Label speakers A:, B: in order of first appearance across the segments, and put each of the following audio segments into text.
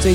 A: 最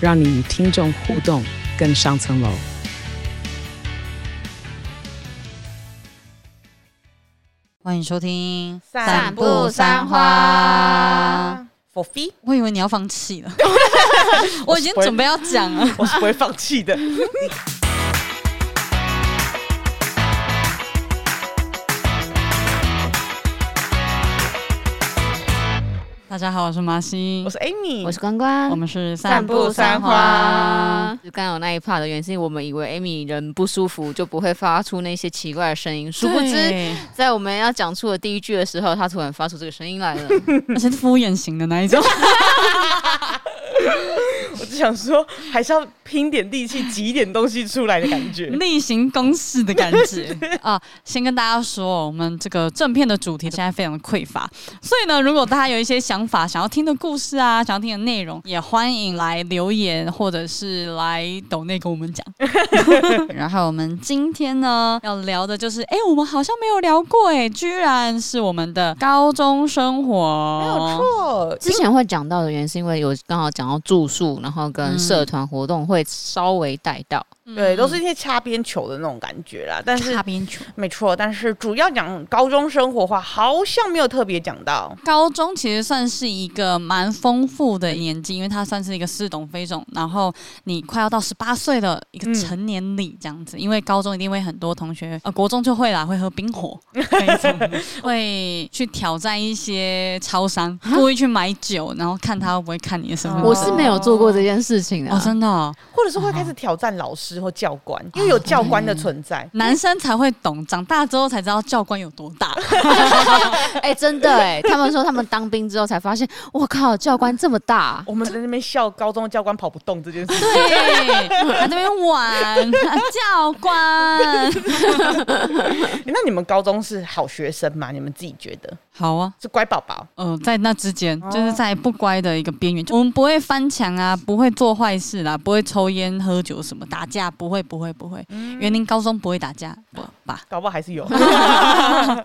A: 让你与听众互动更上层楼。
B: 欢迎收听，
C: 散步三花。
D: 我飞，
B: 我以为你要放 弃了，我已经准备要讲了。
D: 我是不会放弃的。
B: 大家好，我是麻西
D: 我，是 Amy，
C: 我是关关，
B: 我们是
C: 散步三花。
E: 啊就刚刚有那一 part 的原因，是因为我们以为 Amy 人不舒服就不会发出那些奇怪的声音，殊不知
B: 对，
E: 在我们要讲出的第一句的时候，她突然发出这个声音来了。
B: 而且是敷衍型的那一种。
D: 我只想说，还是要拼点力气，挤一点东西出来的感 觉。
B: 例行公事的感觉啊！先跟大家说，我们这个正片的主题现在非常的匮乏，所以呢，如果大家有一些想法，想要听的故事啊，想要听的内容，也欢迎来留言或者是来抖内跟我们讲。然后我们今天呢要聊的就是，哎、我们好像没有聊过、哎，居然是我们的高中生活，没有错。
D: 错，
E: 之前会讲到的原因，是因为有刚好讲到住宿，然后跟社团活动会稍微带到。
B: 嗯
D: 对，都是一些擦边球的那种感觉啦。但是
B: 擦边球。
D: 没错，但是主要讲高中生活的话，好像没有特别讲到。
B: 高中其实算是一个蛮丰富的年纪，因为它算是一个似懂非懂，然后你快要到十八岁的一个
D: 嗯
B: 成年礼这样子。因为高中一定会很多同学，呃，国中就会啦，会喝冰火那一种，会去挑战一些超商，故意去买酒，然后看他会不会看你的身份证。
E: 我是没有做过这件事情的、啊
B: 哦，真的哦、
D: 或者是会开始挑战老师或教官，因为有教官的存在。
B: 男生才会懂，长大之后才知道教官有多 大。
E: 哎、真的哎、他们说他们当兵之后才发现，我靠，教官这么大，
D: 我们在那边笑高中教官跑不动这件 事，
B: 对，还在那边玩，教官。
D: 那你们高中是好学生吗？你们自己觉得
B: 好啊。
D: 是乖宝宝？
B: 嗯、在那之间，
D: 哦
B: 就是在不乖的一个边缘。就我们不会翻墙啊，不会做坏事啦，不会抽烟、喝酒什么，打架不会，不会，不会。园林高中不会打架，不吧？
D: 搞不好还 是有。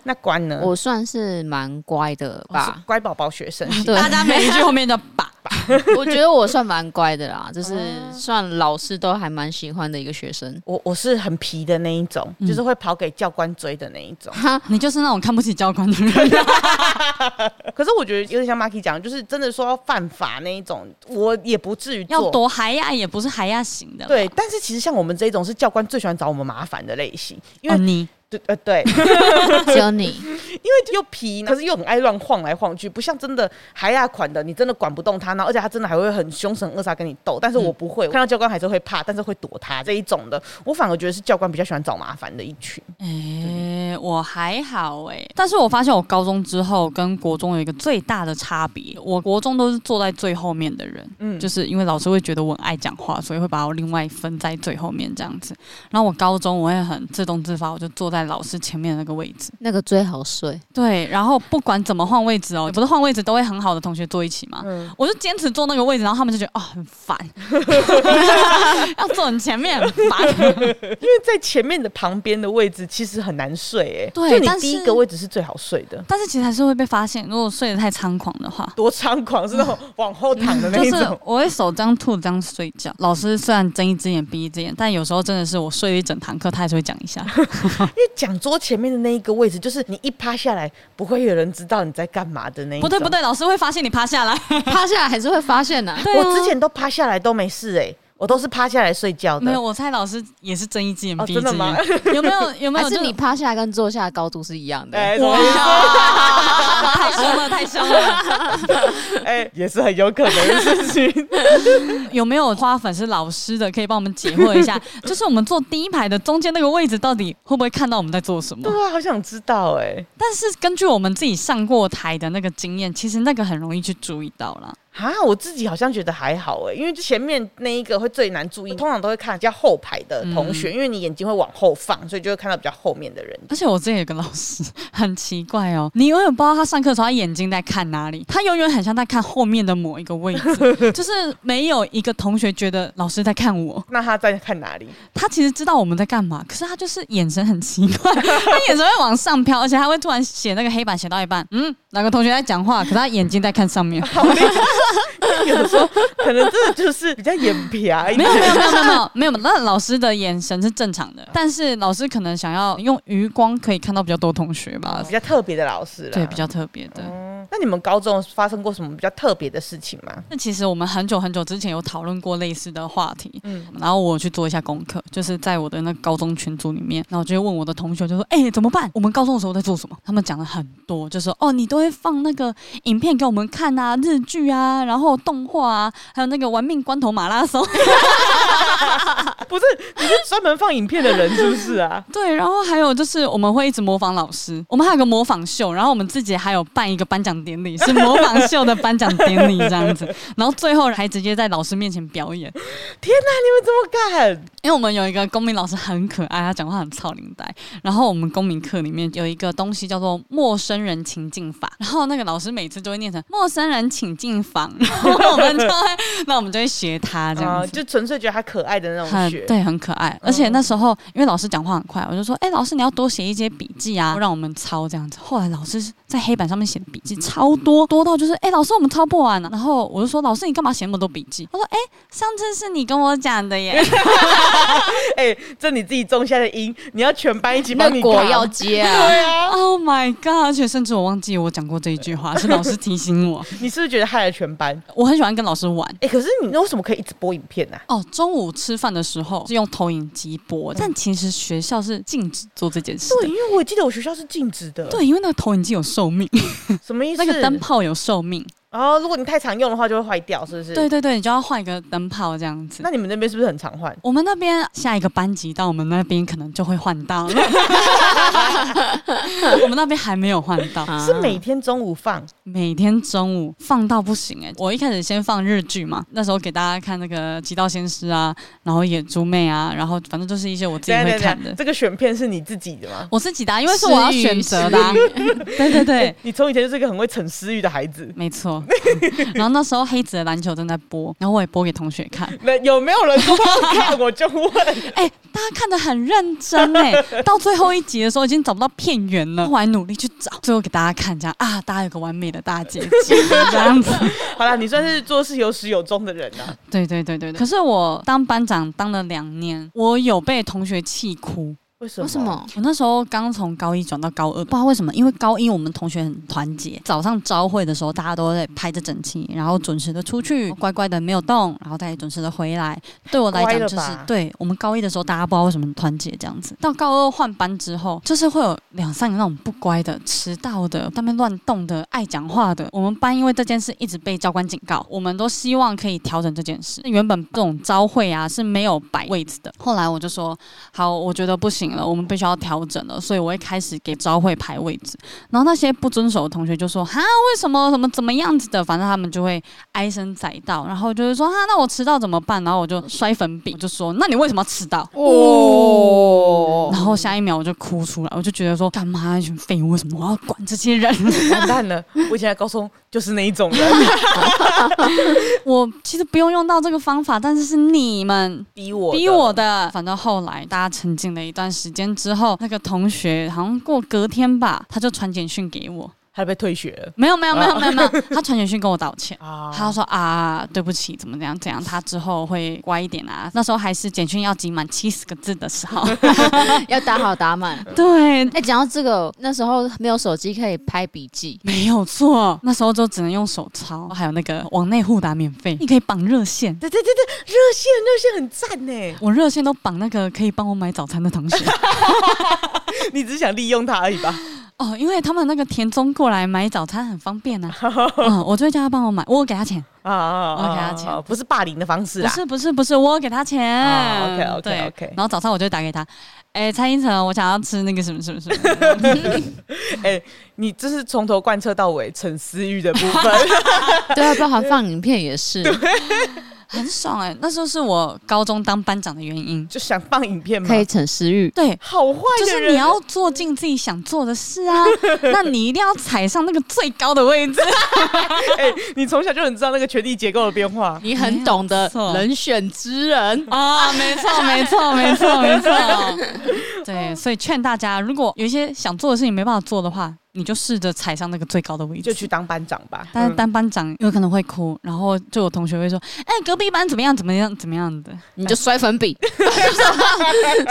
D: 那关呢？
E: 我算是蛮乖的
D: 是
E: 吧？
D: 乖宝宝学生，
E: 对，
B: 大家每一句后面都 吧。
E: 我觉得我算蛮乖的 啦，就是算老师都还蛮喜欢的一个学生。
D: 我我是很皮的那一种，
B: 嗯
D: 就是会跑给教官追的那一种。
B: 啊你就是那种看不起教官的人，啊
D: 可是我觉得有点像 Marky 讲的，就是真的说要犯法那一种，我也不至于
B: 要
D: 做。
B: 多孩呀，也不是孩呀型的啦。
D: 对，但是其实像我们这一种是教官最喜欢找我们麻烦的类型，因
B: 哦，
D: 为、
B: 你
D: 对呃对，因
E: 只有你，
D: 为又皮，可是又很爱乱晃来晃去，不像真的海亚款的，你真的管不动他，然后而且他真的还会很凶神恶煞跟你斗。
B: 嗯
D: 但是我不会，我看到教官还是会怕，但是会躲他这一种的，我反而觉得是教官比较喜欢找麻烦的一群。
B: 诶、呃我还好诶、但是我发现我高中之后跟国中有一个最大的差别，我国中都是坐在最后面的人，
D: 嗯，
B: 就是是因为老师会觉得我很爱讲话，所以会把我另外分在最后面这样子。然后我高中我会很自动自发，我就坐在老师前面的那个位置。
E: 那个最好睡。
B: 对，然后不管怎么换位置哦，不是换位置都会很好的同学坐一起嘛。
D: 嗯
B: 我就坚持坐那个位置，然后他们就觉得哦很 烦，要坐你前面很烦。
D: 因为在前面的旁边的位置其实很难睡、欸，哎，
B: 对
D: 就
B: 但是
D: 你第一个位置是最好睡的。
B: 但是其实还是会被发现，如果睡得太猖狂的话。
D: 多猖狂，是那种往后躺的
B: 嗯
D: 那
B: 就
D: 一
B: 是
D: 种。
B: 我会手这样吐这样睡觉。老师虽然睁一只眼闭一只眼，但有时候真的是我睡了一整堂课，他还是会讲一下。
D: 哎因为讲桌前面的那一个位置，就是你一趴下来，不会有人知道你在干嘛的那一
B: 不
D: 种。
B: 对不对，老师会发现你趴下来。
E: 趴下来还是会发现的、
B: 对啊
D: 我之前都趴下来都没事哎、我都是趴下来睡觉的。
B: 没有，我猜老师也是睁一只眼
D: 哦
B: 闭一只
D: 真的吗
B: 眼。有没有有没
E: 还
B: 有？
E: 是
B: 就
E: 你趴下来跟坐下的高度是一样的。
D: 哎、
B: 哇
D: 我也是，
B: 太凶 了太凶了。
D: 哎、也是很有可能的事情。
B: 有没有花粉是老师的，可以帮我们解惑一 下？就是我们坐第一排的中间那个位置，到底会不会看到我们在做什么？
D: 对啊，好想知道哎、
B: 但是根据我们自己上过台的那个经验，其实那个很容易去注意到啦。
D: 啊，我自己好像觉得还好哎、因为前面那一个会最难注意，通常都会看比较后排的同学，因为你眼睛会往后放，所以就会看到比较后面的人。
B: 而且我之前有个老师很奇怪哦，你永远不知道他上课的时候他眼睛在看哪里，他永远很像在看后面的某一个位 置，就是没有一个同学觉得老师在看我，
D: 那他在看 哪里？
B: 他其实知道我们在干嘛，可是他就是眼神很奇怪， 他眼神会往上飘，而且他会突然写那个黑板写到一半，嗯，哪个同学在讲话，可是他眼睛在看上面，
D: 有的时候可能真的就是比较眼皮啊，
B: 没有没有没有没有没有没有，那老师的眼神是正常的，但是老师可能想要用余光可以看到比较多同学吧
D: 比，较特别的老师啦。
B: 对，比较特别的。
D: 那你们高中发生过什么比较特别的事情吗？
B: 那其实我们很久很久之前有讨论过类似的话题，
D: 嗯，
B: 然后我去做一下功课，就是在我的那个高中群组里面，然后我就会问我的同学，就说：“哎、怎么办？我们高中的时候在做什么？”他们讲了很多，就说：“哦，你都会放那个影片给我们看啊，日剧啊，然后动画啊，还有那个玩命关头马拉松，
D: 啊不是，你是专门放影片的人是不是啊？
B: 对，然后还有就是我们会一直模仿老师，我们还有个模仿秀，然后我们自己还有办一个颁奖典礼，是模仿秀的颁奖典礼这样子，然后最后还直接在老师面前表演。”
D: 天哪，你们这么
B: 因为我们有一个公民老师很可爱，他讲话很操领带。然后我们公民课里面有一个东西叫做陌生人情境法， 然后那个老师每次就会念成陌生人请进房， 然后我们就会，那我们就会学嗯他哦这
D: 干啊、
B: 样子。
D: 就纯粹觉得他可爱的那种
B: 很
D: 学。
B: 对，很可爱。而且那时候，因为老师讲话很快，我就说：“哎、老师，你要多写一些笔记啊，让我们抄这样子。”后来老师在黑板上面写的笔记超多，多到就是：“哎、老师，我们抄不完、啊。”然后我就说：“老师，你干嘛写那么多笔记？”他说：“哎、上次是你跟我讲的耶。”
D: 哎、这你自己种下的因，你要全班一起
E: 那
D: 帮你
E: 果
D: 扛
E: 要接啊，
B: Oh my god！而且甚至我忘记我讲过这一句话，是老师提醒我。
D: 你是不是觉得害了全班？
B: 我很喜欢跟老师玩。
D: 哎、可是你为什么可以一直播影片呢、啊？
B: 哦，中午吃饭的时候是用投影机播，
D: 嗯
B: 但其实学校是禁止做这件事
D: 对，
B: 的。
D: 因为我记得我学校是禁止的。，
B: 对，因为那个投影机有寿命，
D: 什么意思？
B: 那个灯泡有寿命。
D: 哦，如果你太常用的话，就会坏掉，是不是？
B: 对。对对，你就要换一个灯泡这样子
D: 那。你们那边是不是很常换？
B: 我们那边下一个班级到我们那边可能就会换到 了， 我们那边还没有换到。
E: 啊
D: 是每天中午放，
B: 每天中午放到不行哎、我一开始先放日剧嘛，那时候给大家看那个《极道先师》啊，然后《野猪妹》啊，然后反正就是一些我自己
D: 等一
B: 会
D: 下等一下
B: 看的。
D: 啊这个选片是你自己的吗？
B: 我自己的啊、因为是我要选择的、啊， 对对对，
D: 你从以前就是一个很会逞私欲的孩子。
B: 没错。然后那时候黑子的篮球正在播，然后我也播给同学看，
D: 那有没有人偷看？我就问，
B: 哎、大家看的很认真哎、到最后一集的时候已经找不到片源了，后来努力去找，最后给大家看，这样啊，大家有个完美的大结局这样子。
D: 好啦，你算是做事有始有终的人呐、啊。
B: 对对对对对。可是我当班长当了两年，我有被同学气哭。
D: 为什
E: 为什？么？
B: 我那时候刚从高一转到高二，不知道为什么，因为高一我们同学很团结，早上朝会的时候大家都在排着整齐，然后准时的出去，乖乖的没有动，然后再准时的回来。对我来
D: 乖
B: 讲
D: 了
B: 就是
D: 吧
B: 对我们高一的时候大家不知道为什么很团结这样子，到高二换班之后，就是会有两三个那种不乖的、迟到的、在那边乱动的、爱讲话的。我们班因为这件事一直被教官警告，我们都希望可以调整这件事。原本这种招会啊是没有摆位置的，后来我就说好，我觉得不行了，我们必须要调整了，所以我会开始给招会排位置。然后那些不遵守的同学就说：“哈，为什么？怎么怎么样子的？”反正他们就会唉声载道，然后就是说：“哈，那我迟到怎么办？”然后我就摔粉笔，我就说：“那你为什么要迟到？”
D: 哦，
B: 然后下一秒我就哭出来，我就觉得说：“干嘛？一群废物，为什么我要管这些人？”
D: 完蛋了！我以前在高中就是那一种人，
B: 我其实不用用到这个方法，但是是你们
D: 逼我，
B: 逼我。的。反正后来大家沉浸了一段时间之后，那个同学好像过隔天吧，他就传简讯给我。
D: 还被退学了
B: 没有没有没有没有没有，他传简讯跟我道歉。
D: 啊
B: 他说啊，对不起，怎么怎样怎样，他之后会乖一点啊。那时候还是简讯要集满七十个字的时 候，
E: 要打好打满。
B: 对，
E: 哎，讲到这个，那时候没有手机可以拍笔记，
B: 没有错。那时候就只能用手抄，还有那个往内互打免费，你可以绑热线。
D: 对对对对，热线热线很赞 呢，
B: 我热线 都绑那个可以帮我买早餐的同学，
D: 你只是想利用他而已吧？
B: 哦，因为他们那个田中过来买早餐很方便 啊，嗯，我就会叫他帮我买，我有给他钱，
D: 啊啊
B: 我给他钱
D: 不是霸凌的方式
B: 不
D: 啊，
B: 是不是不是，我有给他钱。
D: 哦，OK，OK，
B: 对
D: OK
B: 然后早上我就会打给他，哎，蔡依晨，我想要吃那个什么什么什么，
D: 你这是从头贯彻到尾陈思玉的部分，
E: 对啊，包含放影片也 是，
D: 啊
B: 很爽哎、 那时候是我高中当班长的原因。
D: 就想放影片嘛
E: 可，以逞私欲。
B: 对，
D: 好坏
B: 就
D: 的
B: 是你
D: 人，
B: 要做尽自己想做的事 啊，那你一定要踩上那个最高的位置。
D: 哎，你从小就很知道那个权力结构的变化。
E: 你很懂得
B: 没有错
E: 人选之人，
B: 啊，没错，没错，没错，没错。 对，所以劝大家，如果有一些想做的事情没办法做的话，你就试着踩上那个最高的位置，
D: 你就去。当班长吧，
B: 但是
D: 嗯
B: 当班长有可能会哭，然后就有同学会说：“哎、隔壁班怎么样？怎么样？怎么样 的
E: 你就摔粉 笔。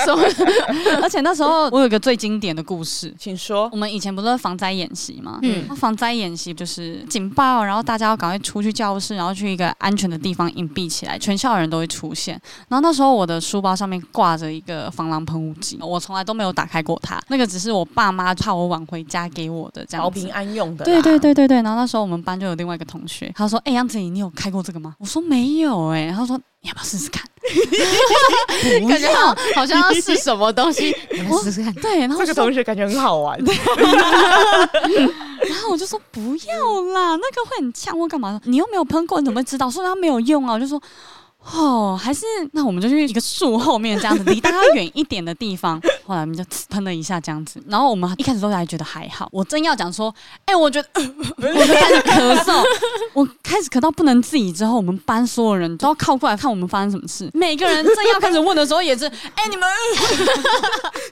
E: 什么？？”
B: 而且那时 候我有一个最经典的故事，
D: 嗯请说
B: 我们以前不是防灾演习吗？
E: 嗯
B: 嗯，那防灾演习就是警报，然后大家要赶快出去教室，然后去一个安全的地方隐蔽起来，全校人都会出现。然后那时候我的书包上面挂着一个防狼喷雾剂，我从来都没有打开过它，那个只是我爸妈怕我晚回家给我的这
D: 调
B: 样子
D: 平。安用的，
B: 对对，对对对，然后那时候我们班就有另外一个同学，他说：“哎、杨子怡，你有开过这个吗？”我说：“没有。”哎，他说：“你要不要试试看？”不
E: 感觉
B: 要
E: 好好像要试什么东西，你来试试看。
B: 对，然后
D: 这
B: 我
D: 个
B: 说
D: 同学感觉很好玩，
B: 然后我就说不要啦，那个会很呛或干嘛？你又没有喷过，你怎么会知道？说它没有用啊，我就说。哦，还是那我们就去一个树后面这样子，离大家远一点的地方。后来我们就呲喷了一下这样子，然后我们一开始都还觉得还好。我真要讲说，哎、我觉得、 我就开始咳嗽，我开始咳到不能自己之后，我们班所有人都要靠过来看我们发生什么事。每个人正要开始问的时候，也是，哎、你们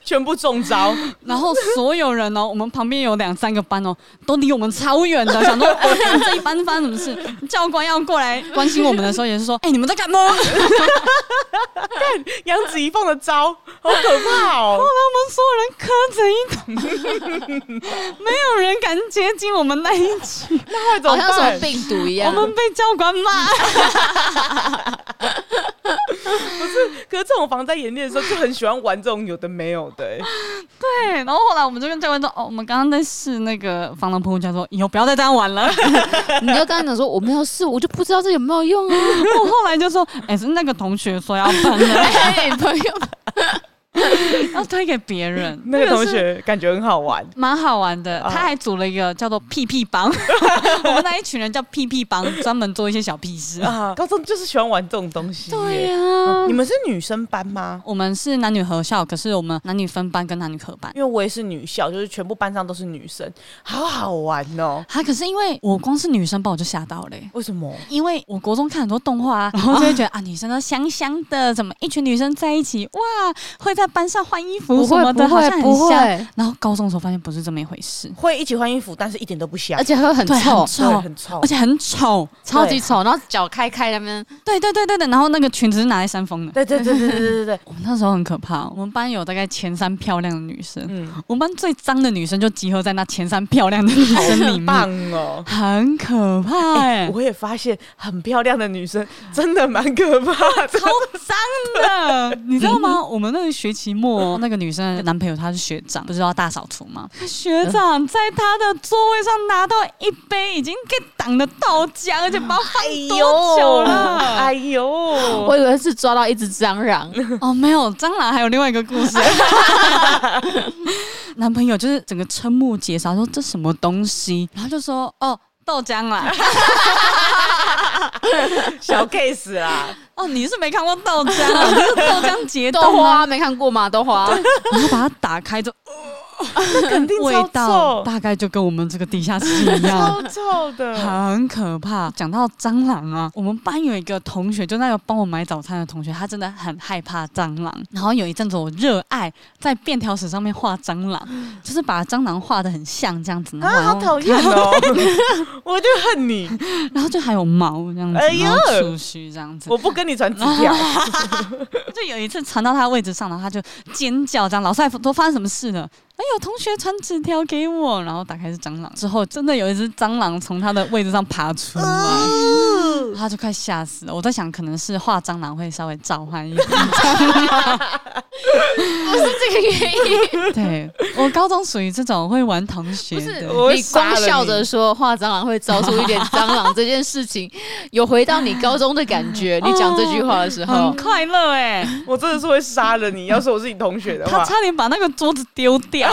D: 全部中招，
B: 然后所有人哦，我们旁边有两三个班哦，都离我们超远的，想说 我看这一班发生什么事。教官要过来关心我们的时候，也是说：“哎、 你们在干嘛？”然后我们
D: 杨子怡放的招，好可怕哦！
B: 所有人磕成一团，没有人敢接近我们那一 群，
D: 那怎
E: 好
D: 么
E: 像什么
D: 办？
E: 病毒一
B: 我
E: 样，
B: 们被教官 骂。
D: 可是这种防灾演练的时候，就很喜欢玩这种有的没有 的、欸
B: 对，然后后来我们就跟教官说：“哦，我们刚刚在试那个防狼喷雾枪，说以后不要再这样玩了。”
E: 你就刚刚讲说我没有试，我就不知道这有没有用啊。
B: 我后来就说：“哎、是那个同学说要喷 的，
E: 哎，朋友，
B: 要推给别人。”
D: 那个同学感觉很好玩，
B: 蛮好玩的，
D: 啊
B: 他还组了一个叫做“屁屁帮”，我们那一群人叫“屁屁帮”，专门做一些小屁事。
D: 啊，高中就是喜欢玩这种东西、
B: 对
D: 耶
B: 呀、
E: 啊
D: 你们是女生班吗？
B: 我们是男女合校，可是我们男女分班跟男女合班。
D: 因为我也是女校，就是全部班上都是女生，好好玩哦。
B: 啊，可是因为我光是女生班我就吓到了欸、
D: 为什么？
B: 因为我国中看很多动画、啊，然后就会觉得啊，女生都香香的，怎么一群女生在一起，哇，会在班上换衣服
E: 不
B: 什么的，
E: 会不
B: 好像
E: 会
B: 很
E: 不
B: 香。
E: 会，
B: 然后高中的时候发现不是这么一回事，
D: 会一起换衣服，但是一点都不香
E: 而，且会很
B: 对，很，
E: 臭
D: 对，
B: 臭，
D: 很臭
B: 而。且很丑，
E: 超级丑，然后脚开开那边，
B: 对对对对对。然后那个裙子是拿来扇风的，
D: 对对对对对对对 对，
B: 我们那时候很可怕，我们班有大概前三漂亮的女生，
D: 嗯，
B: 我们班最脏的女生就集合在那前三漂亮的 女生里
D: 很棒
B: 面，
D: 哦。
B: 很可怕哎、
D: 我也发现很漂亮的女生真的蛮可怕的
B: 超脏的，你知道吗？我们那个学期末，那个女生的男朋友他是学长，不是要大扫除吗？学长在他的座位上拿到一杯已经给挡的豆浆，而且把它放多久了？
D: 哎呦，
E: 我以为是抓到一只蟑 螂，
B: 哦，没有，蟑螂还有另外一个 故事。男朋友就是整个瞠目结舌，说这什么东西，然后就说哦豆浆 啦，
D: 小 case 啦，
B: 哦你是没看过豆浆 啊，就是豆浆解
E: 豆
B: 冻啊，
E: 花没看过吗？豆花，
B: 然后把它打开就
D: 肯定
B: 味
D: 超
B: 道
D: 臭，
B: 大概就跟我们这个地下室一 样。
D: 超臭的。啊
B: 很可怕。讲到蟑螂啊，我们班有一个同学，就那个帮我买早餐的同学，他真的很害怕蟑螂。然后有一阵子，我热爱在便条纸上面画蟑螂， 就是把蟑螂画的很像这样子，然后我
D: 啊，
B: 要
D: 好讨厌哦！ 我就恨你，
B: 然后就还有毛这样子，
D: 哎呦
B: 然后触须这样子。
D: 我不跟你传纸条。
B: 就有一次传到他位置上，然后他就尖叫，这样老师还说发生什么事了？哎呦，同学传纸条给我，
D: 嗯
B: 然后打开是蟑螂，之后真的有一只蟑螂从他的位置上爬出来，他就快吓死了。我在想，可能是画蟑螂会稍微召唤一点。
E: 不是这个原 因，
B: 对我高中属于这种会玩同学
E: 不是
B: 的，
D: 我会
E: 你
D: 杀
E: 光
D: 了你
E: 笑着说画蟑螂会招出一点蟑螂这件事情，有回到你高中的感觉。你讲这句话的时候
B: 很，快乐哎、
D: 我真的是会杀了你。要是我是你同学的
B: 他
D: 话，
B: 差点把那个桌子丢掉。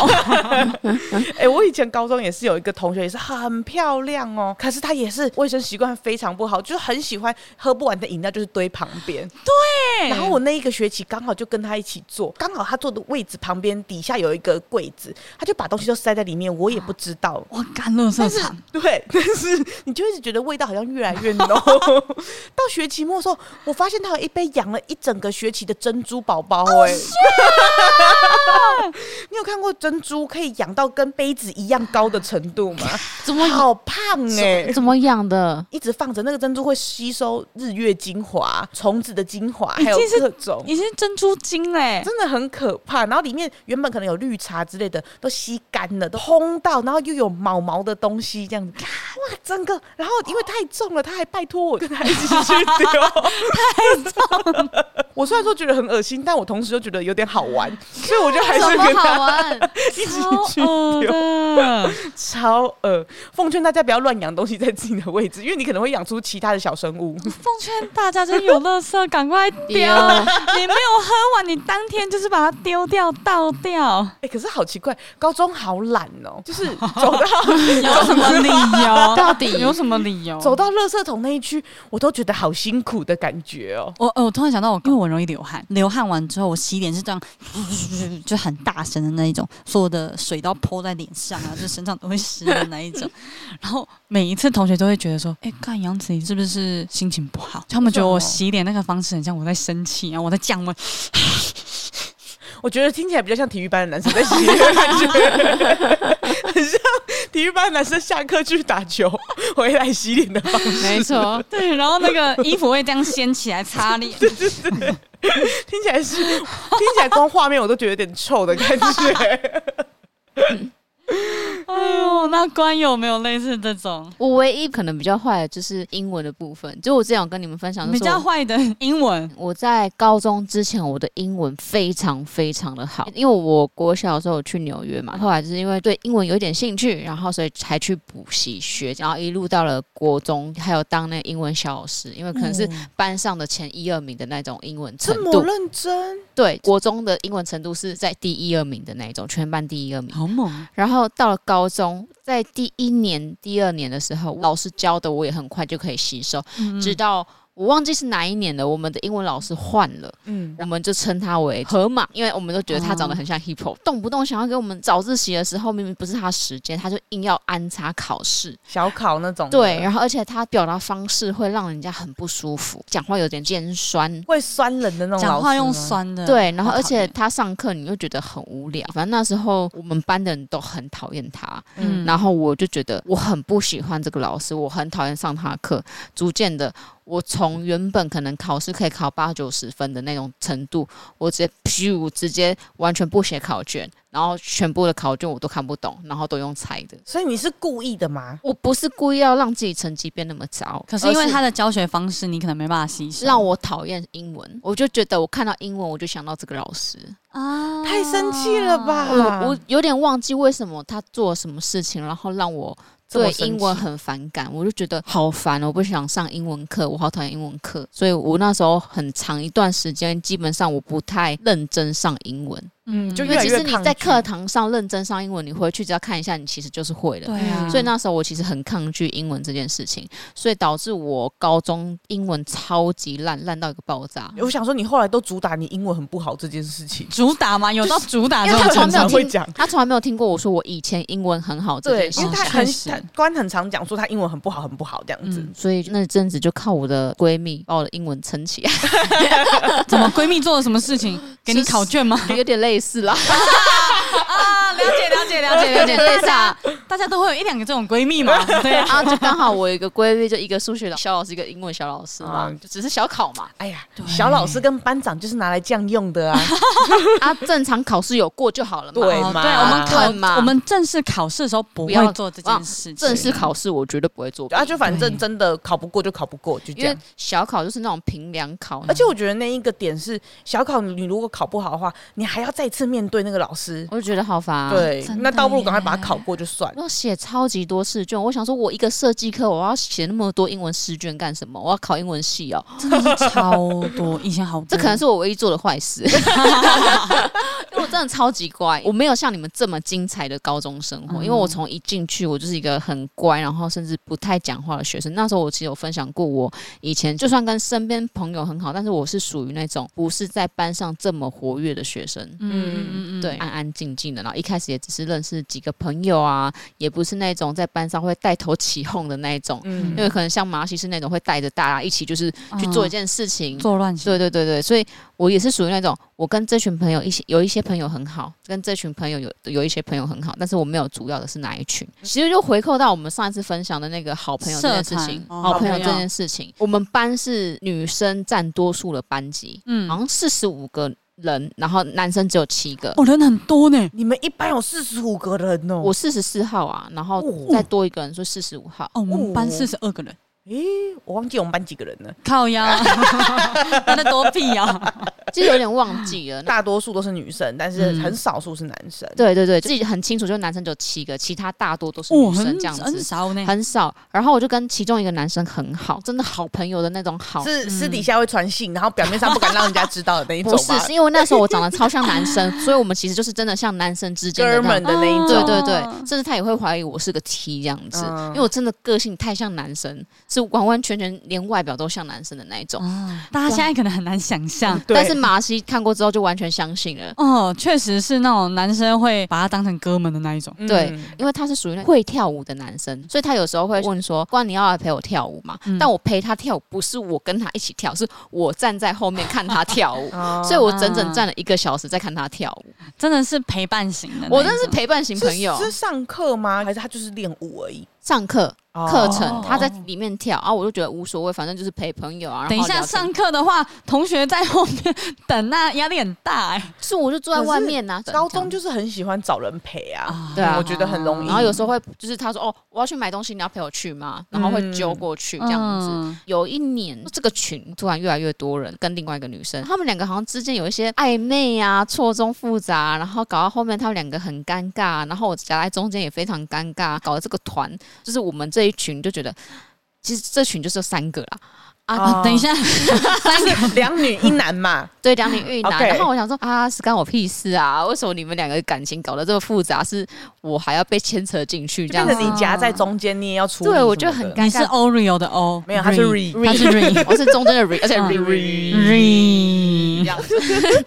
D: 哎、我以前高中也是有一个同学，也是很漂亮哦，可是她也是卫生习惯非常不好，就是很喜欢喝不完的饮料就是堆旁边。
B: 对
D: 然后我那一个学期刚好就跟她一起坐，刚好她坐的位置旁边底下有一个柜子，她就把东西都塞在里面，我也不知道。
B: 我干乐色场，
D: 对，但是你就一直觉得味道好像越来越浓。 到学期末的时候，我发现他有一杯养了一整个学期的珍珠宝宝、
B: 哦
D: 哎、
B: 啊
D: 你有看过珍珠可以养到跟杯子一样高的程度 吗？
E: 怎么
D: 好胖哎、
E: 怎么养的？
D: 一直放着那个珍珠会吸收日月精华、虫子的精华，还有
B: 已经是
D: 各种。
B: 已经是珍珠精嘞、
D: 真的很可怕。然后里面原本可能有绿茶之类的，都吸干了，都烘到，然后又有毛毛的东西这样子，哇，整个，然后因为太重了，他还拜托我跟他一起去丢，太重了。我虽然说觉得很恶心，但我同时又觉得有点好玩，所以我就还
E: 怎
D: 是
E: 么
D: 跟
E: 好
D: 他
E: 玩？
D: 一起去
B: 超恶
D: 丢。
B: 的，
D: 超恶，奉劝大家不要乱养东西在自己的位置，因为你可能会养出其他的小生物。
B: 奉劝大家，就是有垃圾赶快丢， 你没有喝完，你当天就是把它丢掉倒掉，
D: 哎、可是好奇怪，高中好懒哦，就是走到
B: 有什么理由？
E: 到底
B: 有什么理由？
D: 走到垃圾桶那一区，我都觉得好辛苦的感觉哦。
B: 我呃我突然想到我，因为我容易流汗，流汗完之后我洗脸是这样，就很大声的那一种，所有的水都要泼在脸上啊，就身上都会湿的那一 种。然后每一次同学都会觉得说，哎、看杨子怡是不是心情不好？他们觉得我洗脸那个方式很像我在生气，啊然后我在降温。
D: 我觉得听起来比较像体育班的男生 在洗的感觉，很像体育班的男生下课去打球 回来洗脸的方式。
E: 没错，
B: 对，然后那个衣服会这样掀起来擦 脸。
D: 听起来是，听起来光画面我都觉得有点臭的感觉。
B: 哎呦，那关有没有类似这种？
E: 我唯一可能比较坏的就是英文的部分，就我之前有跟你们分享就是
B: 比较
E: 我
B: 坏的英文，
E: 我在高中之前，我的英文非常非常的好，因为我国小的时候有去纽约嘛，后来就是因为对英文有一点兴趣，然后所以才去补习学，然后一路到了国中，还有当那个英文小老师，因为可能是
B: 嗯
E: 班上的前一二名的那种英文程
D: 这
E: 度
D: 么，认真，
E: 对，国中的英文程度是在第一二名的那一种，全班第一二名。
B: 好猛！
E: 然后到了高中，在第一年、第二年的时候，老师教的我也很快就可以吸收，
B: 嗯
E: 直到我忘记是哪一年了，我们的英文老师换了。
D: 嗯，
E: 我们就称他为河马，因为我们都觉得他长得
B: 哦
E: 很像 hippo，、动不动想要给我们早自习的时候，明明不是他时间，他就硬要安插考试。
D: 小考那种，
E: 对，，然后而且他表达方式会让人家很不舒服，讲话有点尖酸。
D: 会酸人的那种老师吗，
B: 讲话用酸的，
E: 对，然后
B: 好
E: 而
B: 嗯讨厌
E: 且他上课你又觉得很无聊，反正那时候我们班的人都很讨厌他，
B: 嗯
E: 然后我就觉得我很不喜欢这个老师，我很讨厌上他的课。逐渐的，我从原本可能考试可以考八九十分的那种程度，我直接噗，直接完全不写考卷，然后全部的考卷我都看不懂，然后都用猜的。
D: 所以你是故意的吗？
E: 我不是故意要让自己成绩变那么糟，
B: 可是因
E: 而
B: 为他的教学方式，你可能没办法吸收。
E: 让我讨厌英文，我就觉得我看到英文我就想到这个老师，
B: 啊
D: 太生气了吧！
E: 我我有点忘记为什么他做了什么事情，然后让我
D: 这么
E: 对
D: 生
E: 英文
D: 气
E: 很反感，我就觉得好烦，哦我不想上英文课，我好讨厌英文课，所以我那时候很长一段时间，基本上我不太认真上英文，
B: 嗯，
D: 就
E: 因
D: 越
E: 为
D: 来
E: 其
D: 越
E: 实你
D: 抗
E: 在
D: 拒
E: 课堂上认真上英文，你回去只要看一下，你其实就是会了。
B: 对啊，
E: 所以那时候我其实很抗拒英文这件事情，所以导致我高中英文超级烂，烂到一个爆炸。
D: 我想说，你后来都主打你英文很不好这件事情，
B: 主打嘛，有到主打
E: 因
B: 这
E: 为
B: 种
E: 他
B: 程
D: 正
E: 从来没
D: 常
E: 有
B: 度，
D: 会
E: 听
D: 讲，
E: 他从来没有听过我说我以前英文很好这
D: 对
E: 件，事
D: 因为
E: 情。
D: 他
B: 哦
D: 很
B: 确实
D: 他官很常讲说他英文很不好，很不好这样子。
B: 嗯
E: 所以那阵子就靠我的闺蜜把我的英文撑起 来，
B: 怎么闺蜜做了什么事情给你考卷吗？
E: 有点类似啦，
B: 啊，了解了解了解
E: 有点类似啊。
B: 大家都会有一两个这种闺蜜嘛，对啊，
E: 啊，就刚好我有一个闺蜜，就一个数学老小老师，一个英文小老师嘛，
B: 啊
D: 嗯
E: 就只是小考嘛。
D: 哎呀，小老师跟班长就是拿来这样用的啊，
E: 啊，正常考试有过就好了嘛。
D: 对
B: 哦
D: 嘛
B: 对，我们
E: 对嘛
B: 考我们正式考试的时候不
E: 不要
B: 会做这件事情，
E: 正式考试我绝对不会做弊，
D: 啊，就反正
B: 对
D: 真的考不过就考不过，就这
E: 因为
D: 样。
E: 小考就是那种平量考，
D: 而且我觉得那一个点是，小考你如果考不好的话，你还要再次面对那个老师，
E: 我就觉得好烦。，啊
D: 对
B: 真，的
D: 那倒不如赶快把它
B: 耶
D: 考过就算了。
E: 要写超级多试卷，我想说，我一个设计课，我要写那么多英文试卷干什么？我要考英文系哦，
B: 真的是超多，以前好多，
E: 这可能是我唯一做的坏事，因为我真的超级乖，我没有像你们这么精彩的高中生活，因为我从一进去，我就是一个很乖，然后甚至不太讲话的学生。那时候我其实有分享过，我以前就算跟身边朋友很好，但是我是属于那种不是在班上这么活跃的学生。
B: 嗯嗯嗯嗯，
E: 对，安安静静的，然后一开始也只是认识几个朋友啊，也不是那种在班上会带头起哄的那一种，
D: 嗯
E: 因为可能像马西是那种会带着大家一起就是去做一件事情，
B: 嗯作乱型，
E: 对对对对，所以我也是属于那种，我跟这群朋友一些有一些朋友很好，跟这群朋友有有一些朋友很好，但是我没有主要的是哪一群。其实就回扣到我们上一次分享的那个好朋友这件事情
B: 社，团哦
E: 好朋友
B: 好
E: 这
B: 朋友
E: 件事情，我们班是女生占多数的班级，
B: 嗯
E: 好，像四十五个人，然后男生只有七个。
B: 哦，人很多呢，
D: 你们一班有四十五个人哦，
E: 我四十四号啊，然后
D: 哦
E: 再多一个人说四十五号，
B: 哦，我们班
D: 哦
B: 四十二个人，
D: 诶，我忘记我们班几个人了，
B: 靠 腰，那那多屁啊呀，
E: 其实有点忘记 了。那
D: 大多数都是女生，但是
B: 嗯
D: 很少数是男生。
E: 对对对，自己很清楚，就是男生只有七个，其他大多都是
B: 哦，
E: 女生
B: 很
E: 这样子。
B: 很少呢，
E: 很少。然后我就跟其中一个男生很好，真的好朋友的那种好。
D: 是私底下会传信，然后表面上不敢让人家知道的那一种
E: 不是，
D: 吧
E: 是，因为那时候我长得超像男生，所以我们其实就是真的像男生之间的
D: 哥
E: 那
D: 们
E: 种。
D: 的那一
E: 对
D: 种。
E: 对对
B: 哦，
E: 甚至他也会怀疑我是个 T 这样子，
D: 嗯
E: 因为我真的个性太像男生，是完完全全连外表都像男生的那一种。
B: 啊，嗯大家现在可能很难想象。
D: 对
E: 哦但是马西看过之后就完全相信了，
B: 哦，确实是那种男生会把他当成哥们的那一种，
D: 嗯
E: 对因为他是属于那会跳舞的男生，所以他有时候会问说：“关你要来陪我跳舞吗？”
B: 嗯
E: 但我陪他跳舞不是我跟他一起跳，是我站在后面看他跳舞。
D: 哦
E: 所以我整整站了一个小时在看他跳舞，
B: 真的是陪伴型的那一种。
E: 我真的是陪伴型朋友
D: 是。是上课吗？还是他就是练舞而已？
E: 上课
D: 哦
E: 课程他在里面跳，然后我就觉得无所谓，反正就是陪朋友啊。然后
B: 等一下
E: 聊天
B: 上，课的话，同学在后面等，那压力很大哎、
E: 是我就坐在外面啊呐。
D: 高中
E: 就
D: 就是很喜欢找人陪啊，
E: 对啊
D: 我觉得很容易
E: 然后有时候会就是他说哦，我要去买东西，你要陪我去吗？然后会
D: 嗯
E: 揪过去这样子。
B: 嗯
E: 有一年，这个群突然越来越多人跟另外一个女生，他们两个好像之间有一些暧昧啊，错综复杂啊，然后搞到后面他们两个很尴尬，然后我夹在中间也非常尴尬，搞得这个团就是我们这一群就觉得， 其实这群就是有三个啦。啊，
D: 哦
B: 等一下，三个
D: 就是两女一男 嘛，
E: 对，两女一男。
D: OK
E: 然后我想说啊，是干我屁事啊？为什么你们两个感情搞得这么复杂？是我还要被牵扯进去
D: 就
E: 这
D: 变
E: 样
D: 成
E: 子？
D: 你夹在中间，你也要出力什么
E: 对，
D: 的。
E: 我就很尴
B: 你是
E: 尬。
B: Oreo 的哦 O，
D: 没有，他是
B: Re-
D: re，
B: 他是 Re
E: 我是中间的 re，而且
B: 嗯
E: re
B: Re，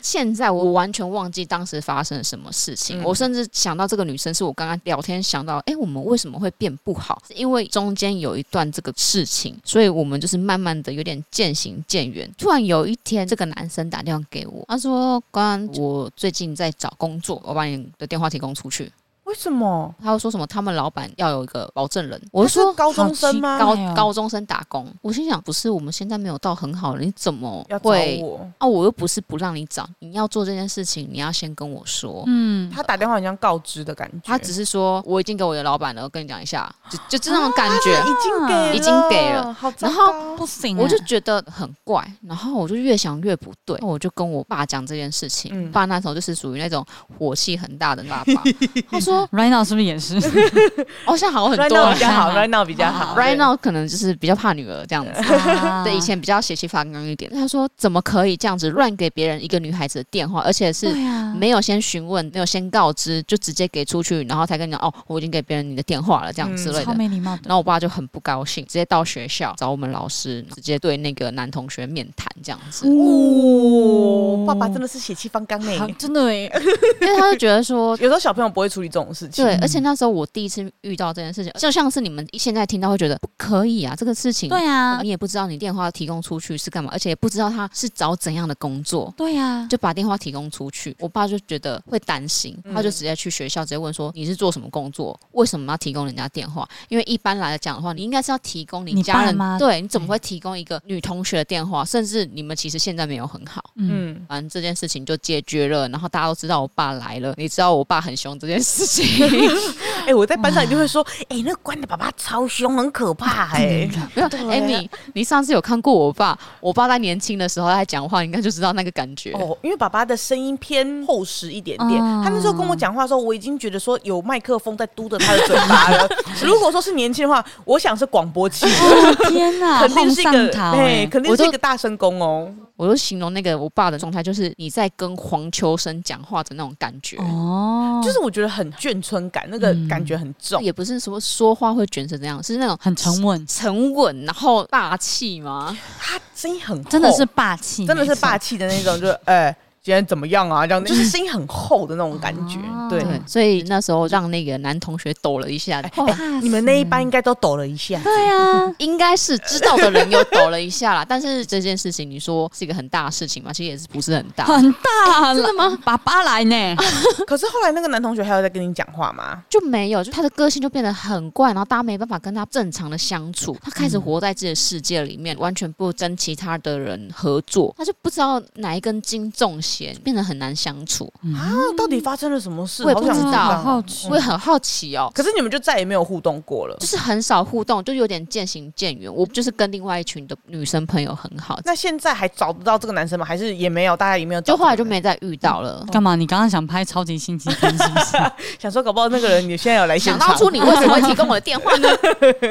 E: 现在我完全忘记当时发生了什么事情，
D: 嗯
E: 我甚至想到这个女生是我刚刚聊天想到，哎、我们为什么会变不好？是因为中间有一段这个事情，所以我们就是慢慢的有点渐行渐远。突然有一天，这个男生打电话给我，他啊说：“关，我最近在找工作，我把你的电话提供出去。
D: 为什么？”
E: 他又说什么？他们老板要有一个保证人。我就
D: 他
E: 说
D: 是高中生吗？
E: 高
B: 哎呦
E: 高中生打工，我心想不是我们现在没有到很好了，你怎么
D: 要找
E: 会
D: 我？
E: 啊，我又不是不让你找，你要做这件事情，你要先跟我说。
B: 嗯，
D: 他打电话好像告知的感觉，
E: 他只是说我已经给我的老板了，我跟你讲一下，就就这
B: 啊
E: 种感觉。
D: 已经给了
E: 啊已经给了，
D: 好糟
E: 然
D: 糕
E: 后
B: 不行啊，
E: 我就觉得很怪，然后我就越想越不对，我就跟我爸讲这件事情。
D: 嗯
E: 爸那时候就是属于那种火气很大的 爸爸，他说
B: Right now 是不是也 是？
E: 哦，现在好很
D: right
E: 多
D: now
E: 了
D: 比较好，right now 比较好
E: Right now 可能就是比较怕女儿这样子，
D: 啊
E: 对以前比较血气方刚一点。他说怎么可以这样子乱给别人一个女孩子的电话，而且是
B: 对啊，
E: 没有先询问，没有先告知，就直接给出去，然后才跟你讲哦，我已经给别人你的电话了，这样
D: 嗯
E: 之类的。
B: 超没礼貌
E: 然
B: 的。
E: 后我爸就很不高兴，直接到学校找我们老师，直接对那个男同学面谈这样子，嗯
D: 哦，爸爸真的是血气方刚呢。
B: 好，真的哎，
E: 因为他就觉得说
D: 有时候小朋友不会处理这种种事情。
E: 对，而且那时候我第一次遇到这件事情，就像是你们现在听到会觉得不可以啊，这个事情，
B: 对呀、啊，
E: 你也不知道你电话提供出去是干嘛，而且也不知道他是找怎样的工作，
B: 对呀、啊，
E: 就把电话提供出去。我爸就觉得会担心，他就直接去学校直接问说你是做什么工作，为什么要提供人家电话？因为一般来讲的话，你应该是要提供
B: 你
E: 你家
B: 爸妈嗯
E: 人，对，你怎么会提供一个女同学的电话？甚至你们其实现在没有很好。
B: 嗯，
D: 嗯，
E: 反正这件事情就解决了，然后大家都知道我爸来了，你知道我爸很凶这件事情，
D: 哎、我在班上一定会说，哎、那关的爸爸超凶，很可 怕哎、
E: 没有，
B: 啊
E: 哎、你你上次有看过我爸？我爸在年轻的时候他在讲话，你应该就知道那个感觉。
D: 哦，因为爸爸的声音偏厚实一点点，
B: 嗯
D: 他那时候跟我讲话的时候，我已经觉得说有麦克风在嘟着他的嘴巴了。如果说是年轻的话，我想是广播器，
B: 天哪，
D: 肯定是一
B: 哦晃上
D: 个
B: 头
D: 哎、
B: 哎
D: 肯定
E: 我
D: 是
E: 都
D: 一个大声公哦。
B: 嗯
E: 我就形容那个我爸的状态，就是你在跟黄秋生讲话的那种感觉。
B: 哦，
D: 就是我觉得很眷村感，那个
B: 嗯
D: 感觉很重。
E: 也不是说说话会卷成这样，是那种
B: 很沉稳，
E: 沉稳然后霸气吗？
D: 他声音很厚
B: 真的是霸气，
D: 真的是
B: 没错
D: 霸气的那种，就是哎、今天怎么样啊？这样就是声音很厚的那种感觉。
B: 哦
D: 对，
B: 哎
E: 对， 所以那时候让那个男同学抖了一下，
D: 哎
E: 后来
D: 哎你们那一班应该都抖了一下。
B: 对啊，
E: 应该是知道的人有抖了一下啦。但是这件事情，你说是一个很大的事情嘛？其实也是不是很大，
B: 很大，真的吗？爸爸来呢，
D: 可是后来那个男同学还有在跟你讲话吗？
E: 就没有，就他的个性就变得很怪，然后大家没办法跟他正常的相处，他开始活在自己的世界里面，完全不跟其他的人合作，他就不知道哪一根筋中弦，变得很难相处。
B: 嗯
D: 啊，到底发生了什么事？
E: 我 也
D: 好
E: 不
D: 想
E: 知道
D: 啊
B: 好好奇
E: 我也很好奇哦。
D: 可是你们就再也没有互动过了
E: 就。是很少互动，就有点渐行渐远。我就是跟另外一群的女生朋友很好，
D: 那现在还找不到这个男生吗？还是也没有？大家也没有找
E: 就
D: 到这个人？
E: 后来就没再遇到了。
D: 哦
B: 干嘛？你刚刚想拍超级星期天是不是？
D: 想说，搞不好那个人你现在有来现
E: 想
D: 场。
E: 当初你为什么会提供我的电话呢？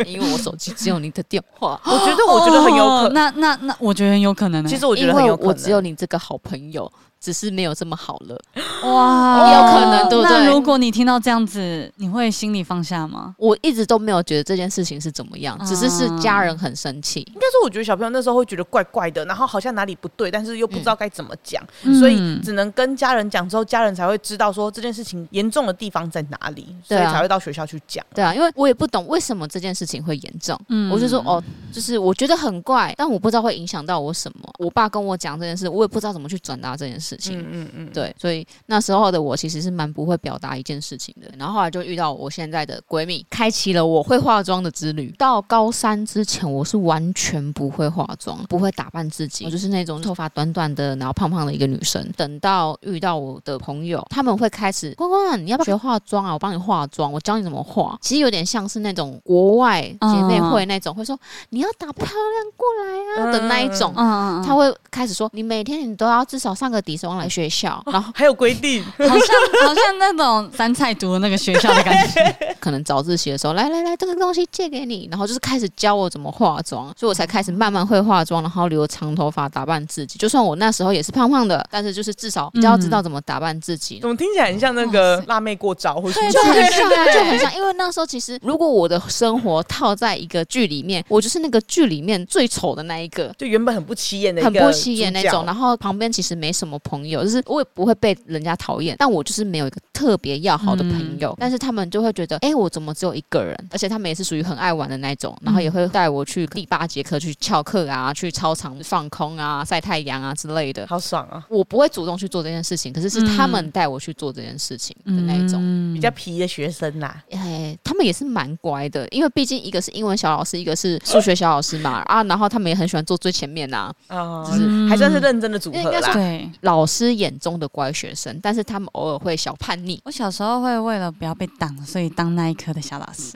E: 因为我手机只有你的电话，
D: 我觉得我觉得很有 可
B: 哦 那那那，我觉得很有可能欸。
D: 其实我觉
E: 因
D: 得很
E: 为
D: 有可能。
E: 我只有你这个好朋友，只是没有这么好了。
B: 哇哦
E: 有可能对不对
B: 那如果你听到这样子，你会心里放下吗？
E: 我一直都没有觉得这件事情是怎么样，只是是
B: 啊
E: 家人很生气。
D: 应该说，我觉得小朋友那时候会觉得怪怪的，然后好像哪里不对，但是又不知道该怎么讲，
B: 嗯
D: 所以只能跟家人讲之后，家人才会知道说这件事情严重的地方在哪里，所
E: 对
D: 以
E: 啊
D: 才会到学校去讲。
E: 对啊，因为我也不懂为什么这件事情会严重，
B: 嗯
E: 我就说哦，就是我觉得很怪，但我不知道会影响到我什么。我爸跟我讲这件事，我也不知道怎么去转达这件事情。
D: 嗯嗯嗯，
E: 对，所以那时候的我其实是蛮不会表达一件事情的。然后后来就遇到我现在的闺蜜，开启了我会化妆的之旅。到高三之前，我是完全不会化妆，不会打扮自己，我就是那种头发短短的，然后胖胖的一个女生。等到遇到我的朋友，他们会开始，关关，你要不要学化妆啊？我帮你化妆，我教你怎么化。其实有点像是那种国外姐妹
D: 嗯
E: 会那种，会说你要打漂亮过来啊的那一种。
B: 嗯，嗯
E: 他会开始说，你每天你都要至少上个底妆来学校，然后
D: 还有规定，
B: 嗯好像好像那种三菜读的那个学校的感觉。
E: 可能早自习的时候，来来来，这个东西借给你，然后就是开始教我怎么化妆，所以我才开始慢慢会化妆，然后留长头发打扮自己。就算我那时候也是胖胖的，但是就是至少比较知道怎么打扮自己。
D: 怎么听起来很像那个辣妹过招，或是
B: 嗯对
E: 就很像啊，就很像，因为那时候其实，如果我的生活套在一个剧里面，我就是那个剧里面最丑的那一个，
D: 就原本很不起眼的一个
E: 很不起眼那
D: 主角
E: 种。然后旁边其实没什么朋友，就是我也不会被人家讨厌，但我就是没有一个特别要好的朋
D: 嗯
E: 友。但是他们就会觉得，哎、我怎么只有一个人？而且他们也是属于很爱玩的那种，然后
D: 嗯
E: 也会带我去第八节课去翘课啊，去操场放空啊、晒太阳啊之类的。
D: 好爽啊，
E: 我不会主动去做这件事情，可是是他
D: 嗯
E: 们带我去做这件事情的 那一种。
B: 嗯
D: 比较皮的学生啦。
E: 哎、他们也是蛮乖的，因为毕竟一个是英文小老师，一个是数学小老师嘛，啊，然后他们也很喜欢坐最前面呐、
D: 啊
E: 只是
B: 嗯
D: 还算是认真的组
E: 应
D: 合
E: 该
D: 啦。
B: 对。
E: 老师眼中的乖学生，但是他们偶尔会小叛逆。
B: 我小时候会为了不要被挡，所以当那一科的小老 师。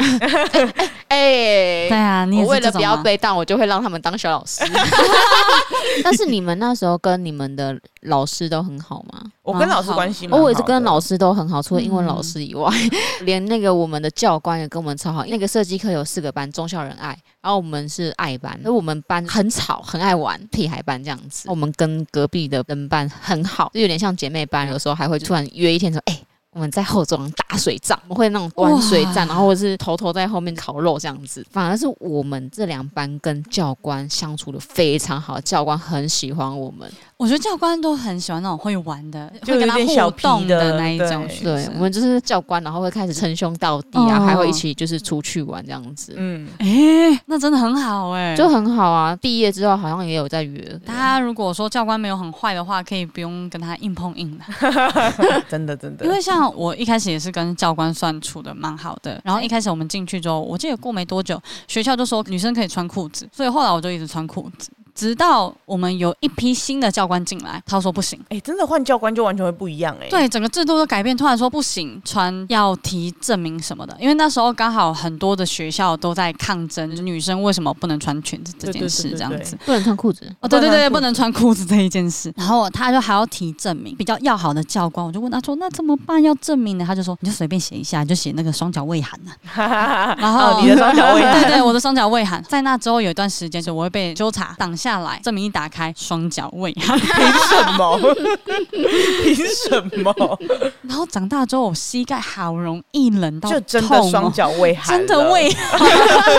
E: 哎、
B: 对啊，你也
E: 我
B: 是
E: 为
B: 这
E: 了
B: 种
E: 不要
B: 吗
E: 被当，我就会让他们当小老 师。但是你们那时候跟你们的老师都很好吗？
D: 我跟老师关系蛮好
E: 哦，
D: 的，嗯
E: 我也是跟老师都很好，除了英文老师以外，连那个我们的教官也跟我们超好。那个设计课有四个班，中校仁爱，然后我们是爱班，所以我们班很吵，很爱玩，屁孩班这样子。我们跟隔壁的人班很好，就有点像姐妹班，有时候还会突然约一天说，哎、我们在后庄打水仗，我们会那种玩水战，然后或者是偷偷在后面烤肉这样子。反而是我们这两班跟教官相处的非常好，教官很喜欢我们。
B: 我觉得教官都很喜欢那种会玩的，
D: 就
B: 会跟
D: 有
B: 他
D: 点小
B: 互
D: 皮
B: 动
D: 的
B: 那一
D: 对
B: 种学
E: 对，我
B: 生。
E: 们就是教官，然后会开始称兄道弟啊，还会一
B: 哦
E: 起就是出去玩这样子，
D: 嗯，
B: 哎、那真的很好哎、
E: 就很好啊。毕业之后好像也有在约，
B: 大家如果说教官没有很坏的话，可以不用跟他硬碰硬的，
D: 真的真的，
B: 因为像我一开始也是跟教官算处的蛮好的。
D: 哎
B: 然后一开始我们进去之后，我记得过没多久，学校就说女生可以穿裤子，所以后来我就一直穿裤子，直到我们有一批新的教官进来，他说不行。
D: 哎、真的换教官就完全会不一样哎、
B: 对，整个制度都改变，突然说不行，穿要提证明什么的，因为那时候刚好很多的学校都在抗争，就是女生为什么不能穿裙子这
D: 对对
B: 件事，
D: 对对
B: 这样
D: 对
B: 子。
E: 不能穿裤子。
B: 哦，对对
D: 不能
B: 对，
D: 穿
B: 不能穿裤子这一件事，然后他就还要提证明，比较要好的教官，我就问他说：“那怎么办？要证明呢？”他就说：“你就随便写一下，你就写那个双脚畏寒呐、啊。”然后、
D: 哦你的双脚畏寒
B: 对对，我的双脚畏寒。在那之后有一段时间，就我会被纠察挡下来，证明一打开，双脚畏 寒。
D: 凭什么？ 凭什么？
B: 然后长大之后，我膝盖好容易冷到
D: 就真的
B: 痛哦
D: 双脚畏寒
B: 真
D: 了，
B: 的胃寒。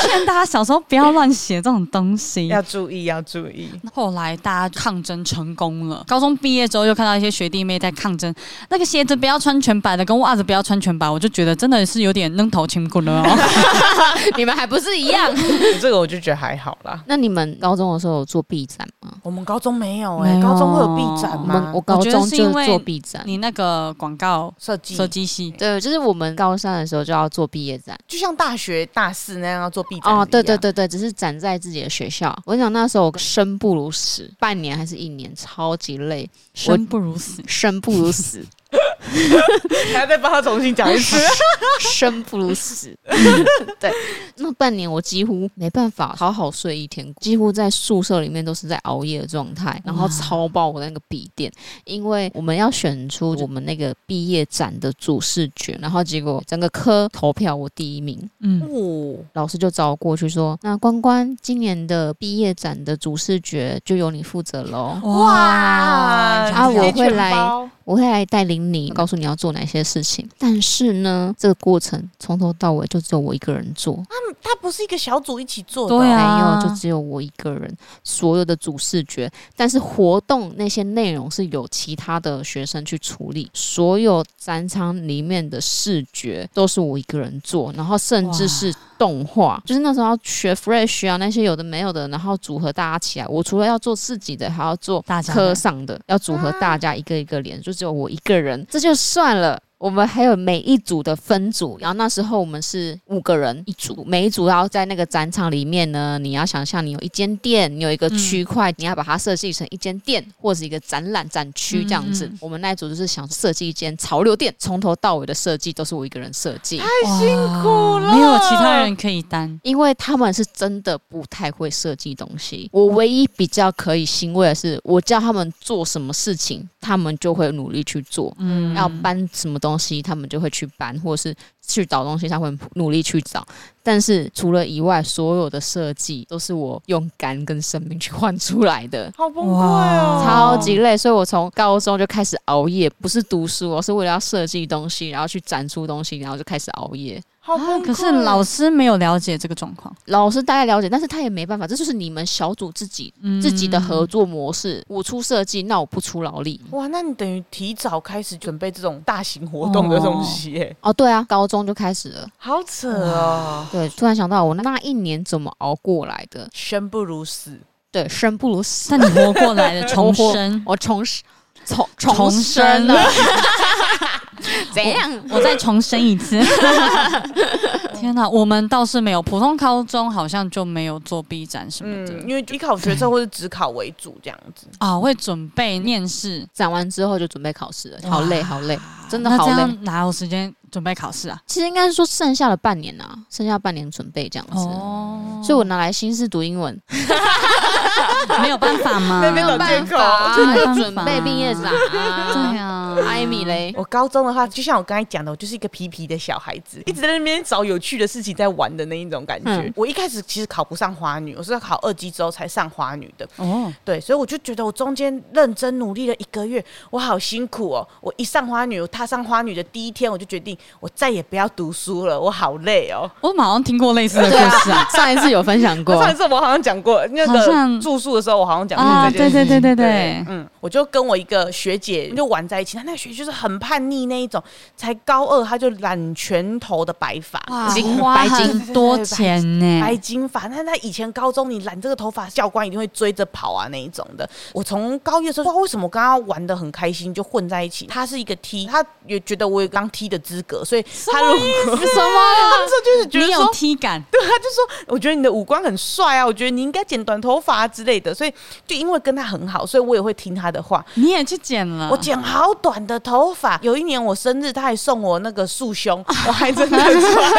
B: 劝大家小时候不要乱写这种东西。
D: 要注意，要注意。
B: 后来大家抗争成功了，高中毕业之后又看到一些学弟妹在抗争，那个鞋子不要穿全白的，跟袜子不要穿全白，我就觉得真的是有点愣头青骨了 哦。
E: 你们还不是一样？
D: 这个我就觉得还好啦。
E: 那你们高中的时候有做 B 展吗？
D: 我们高中没有哎、
B: 没有
D: 高中会有 B 展
E: 我
D: 吗？
E: 们我高
B: 我觉得
E: 中
B: 是
E: 就
B: 因
E: 是
B: 为
E: 做 B 展。
B: 你那个广告
D: 设计
B: 设计系。
E: 对，就是我们高三的时候就要做毕业展。
D: 就像大学大四那样要做 B 展
E: 哦，对
D: 一样
E: 对，对对，只是展在自己的学校。我想那时候我生不如死，半年还是一年，超级累，我
B: 生不如死，
E: 生不如死，
D: 还要再帮他重新讲一次。
E: 生不如死。对，那半年我几乎没办法好好睡一天，几乎在宿舍里面都是在熬夜的状态，然后超爆我那个笔电，因为我们要选出我们那个毕业展的主视觉，然后结果整个科投票我第一名，
B: 嗯，
D: 哦，
E: 老师就找我过去说：“那关关今年的毕业展的主视觉就由你负责喽，
D: 哇！
E: 啊我会来
D: 直接全包
E: 我会来带领你，告诉你要做哪些事情。但是呢，这个过程从头到尾就只有我一个人做，
D: 他不是一个小组一起做的哦，
B: 对啊，
E: 没有就只有我一个人所有的主视觉。但是活动那些内容是有其他的学生去处理，所有展场里面的视觉都是我一个人做，然后甚至
B: 哇
E: 是动画，就是那时候要学 Flash 啊那些有的没有的，然后组合大家起来。我除了要做自己的，还要做
B: 大家
E: 科
B: 的
E: 上的，要组合大家一个一个连，就只有我一个人，这就算了。我们还有每一组的分组，然后那时候我们是五个人一组，每一组要在那个展场里面呢，你要想象你有一间店，你有一个区块，你要把它设计成一间店或者一个展览展区这样子。
B: 嗯嗯
E: 我们那一组就是想设计一间潮流店，从头到尾的设计都是我一个人设计。
B: 太辛苦了，没有其他人可以担。
E: 因为他们是真的不太会设计东西。我唯一比较可以欣慰的是，我叫他们做什么事情，他们就会努力去做。
B: 嗯
E: 要搬什么东西，他们就会去搬，或是去找东西，他会努力去找。但是除了以外，所有的设计都是我用肝跟生命去换出来的。
D: 好崩溃哦，
B: 哇
E: 超级累，所以我从高中就开始熬夜，不是读书哦，我是为了要设计东西，然后去展出东西，然后就开始熬夜。
D: 好
B: 啊
D: 崩溃。
B: 可是老师没有了解这个状况，
E: 老师大概了解，但是他也没办法，这就是你们小组自己自己的合
B: 嗯
E: 作模式。我出设计，那我不出劳力。
D: 哇，那你等于提早开始准备这种大型活动的东西耶，
E: 哦，对啊，高中就开始了。
D: 好扯哦，
E: 对，突然想到我那一年怎么熬过来的。
D: 生不如死。
E: 对，生不如死，
B: 但你活过来的重生。
E: 我重生重
B: 重
E: 生
B: 生
E: 了
B: 了，
E: 怎样？
B: 我再重申一次。 天哪、我们倒是没有，普通高中好像就没有做 B 展什么的
D: 嗯，因为以考学测或者只考为主这样子，
B: 啊，会准备面试，
E: 展完之后就准备考试了，好累，好累，真的
B: 那
E: 好
B: 这
E: 累。
B: 样哪有时间准备考试啊？
E: 其实应该是说剩下的半年啊，剩下半年准备这样子。
B: 哦，
E: 所以我拿来心思读英 文，
B: 啊没有办法吗？
D: 那边老
E: 办
D: 借口
E: 法啊
B: 没办法
E: 就准备毕业展啊。
B: 对啊，
D: 嗯
E: 艾米 嘞，
D: 我高中的话，就像我刚才讲的，我就是一个皮皮的小孩子，一直在那边找有趣的事情在玩的那一种感觉。
E: 嗯
D: 我一开始其实考不上花女，我是考二级之后才上花女的。
B: 哦，
D: 对，所以我就觉得我中间认真努力了一个月，我好辛苦哦。我一上花女，我踏上花女的第一天，我就决定我再也不要读书了，我好累哦。
B: 我马上听过类似的故事啊。
E: 上一次有分享过
D: 上一次我好像讲过那
B: 好
D: 个
B: 像
D: 住宿的时候，我好像讲过
B: 啊，
D: 这件
B: 对
D: 事。
B: 对对对
D: 嗯对
B: 对，，嗯
D: 嗯，我就跟我一个学姐就玩在一起，她那个学姐就是很叛逆那一种，才高二她就染全头的白发，
B: 哇
E: 金
B: 花
E: 白金
B: 很多钱呢，
D: 白金发。那她以前高中你染这个头发，教官一定会追着跑啊那一种的。我从高一的时候，不知道为什么我跟她玩的很开心，就混在一起。她是一个 T，她也觉得我有当 T 的资格，所以她如果
E: 什么？
D: 这就是觉得
B: 你
D: 说
B: 有体感，
D: 他就说：“我觉得你的五官很帅啊，我觉得你应该剪短头发、啊、之类的。”所以就因为跟他很好，所以我也会听他的话。
B: 你也去剪了，
D: 我剪好短的头发，有一年我生日，他还送我那个束 胸，我还真的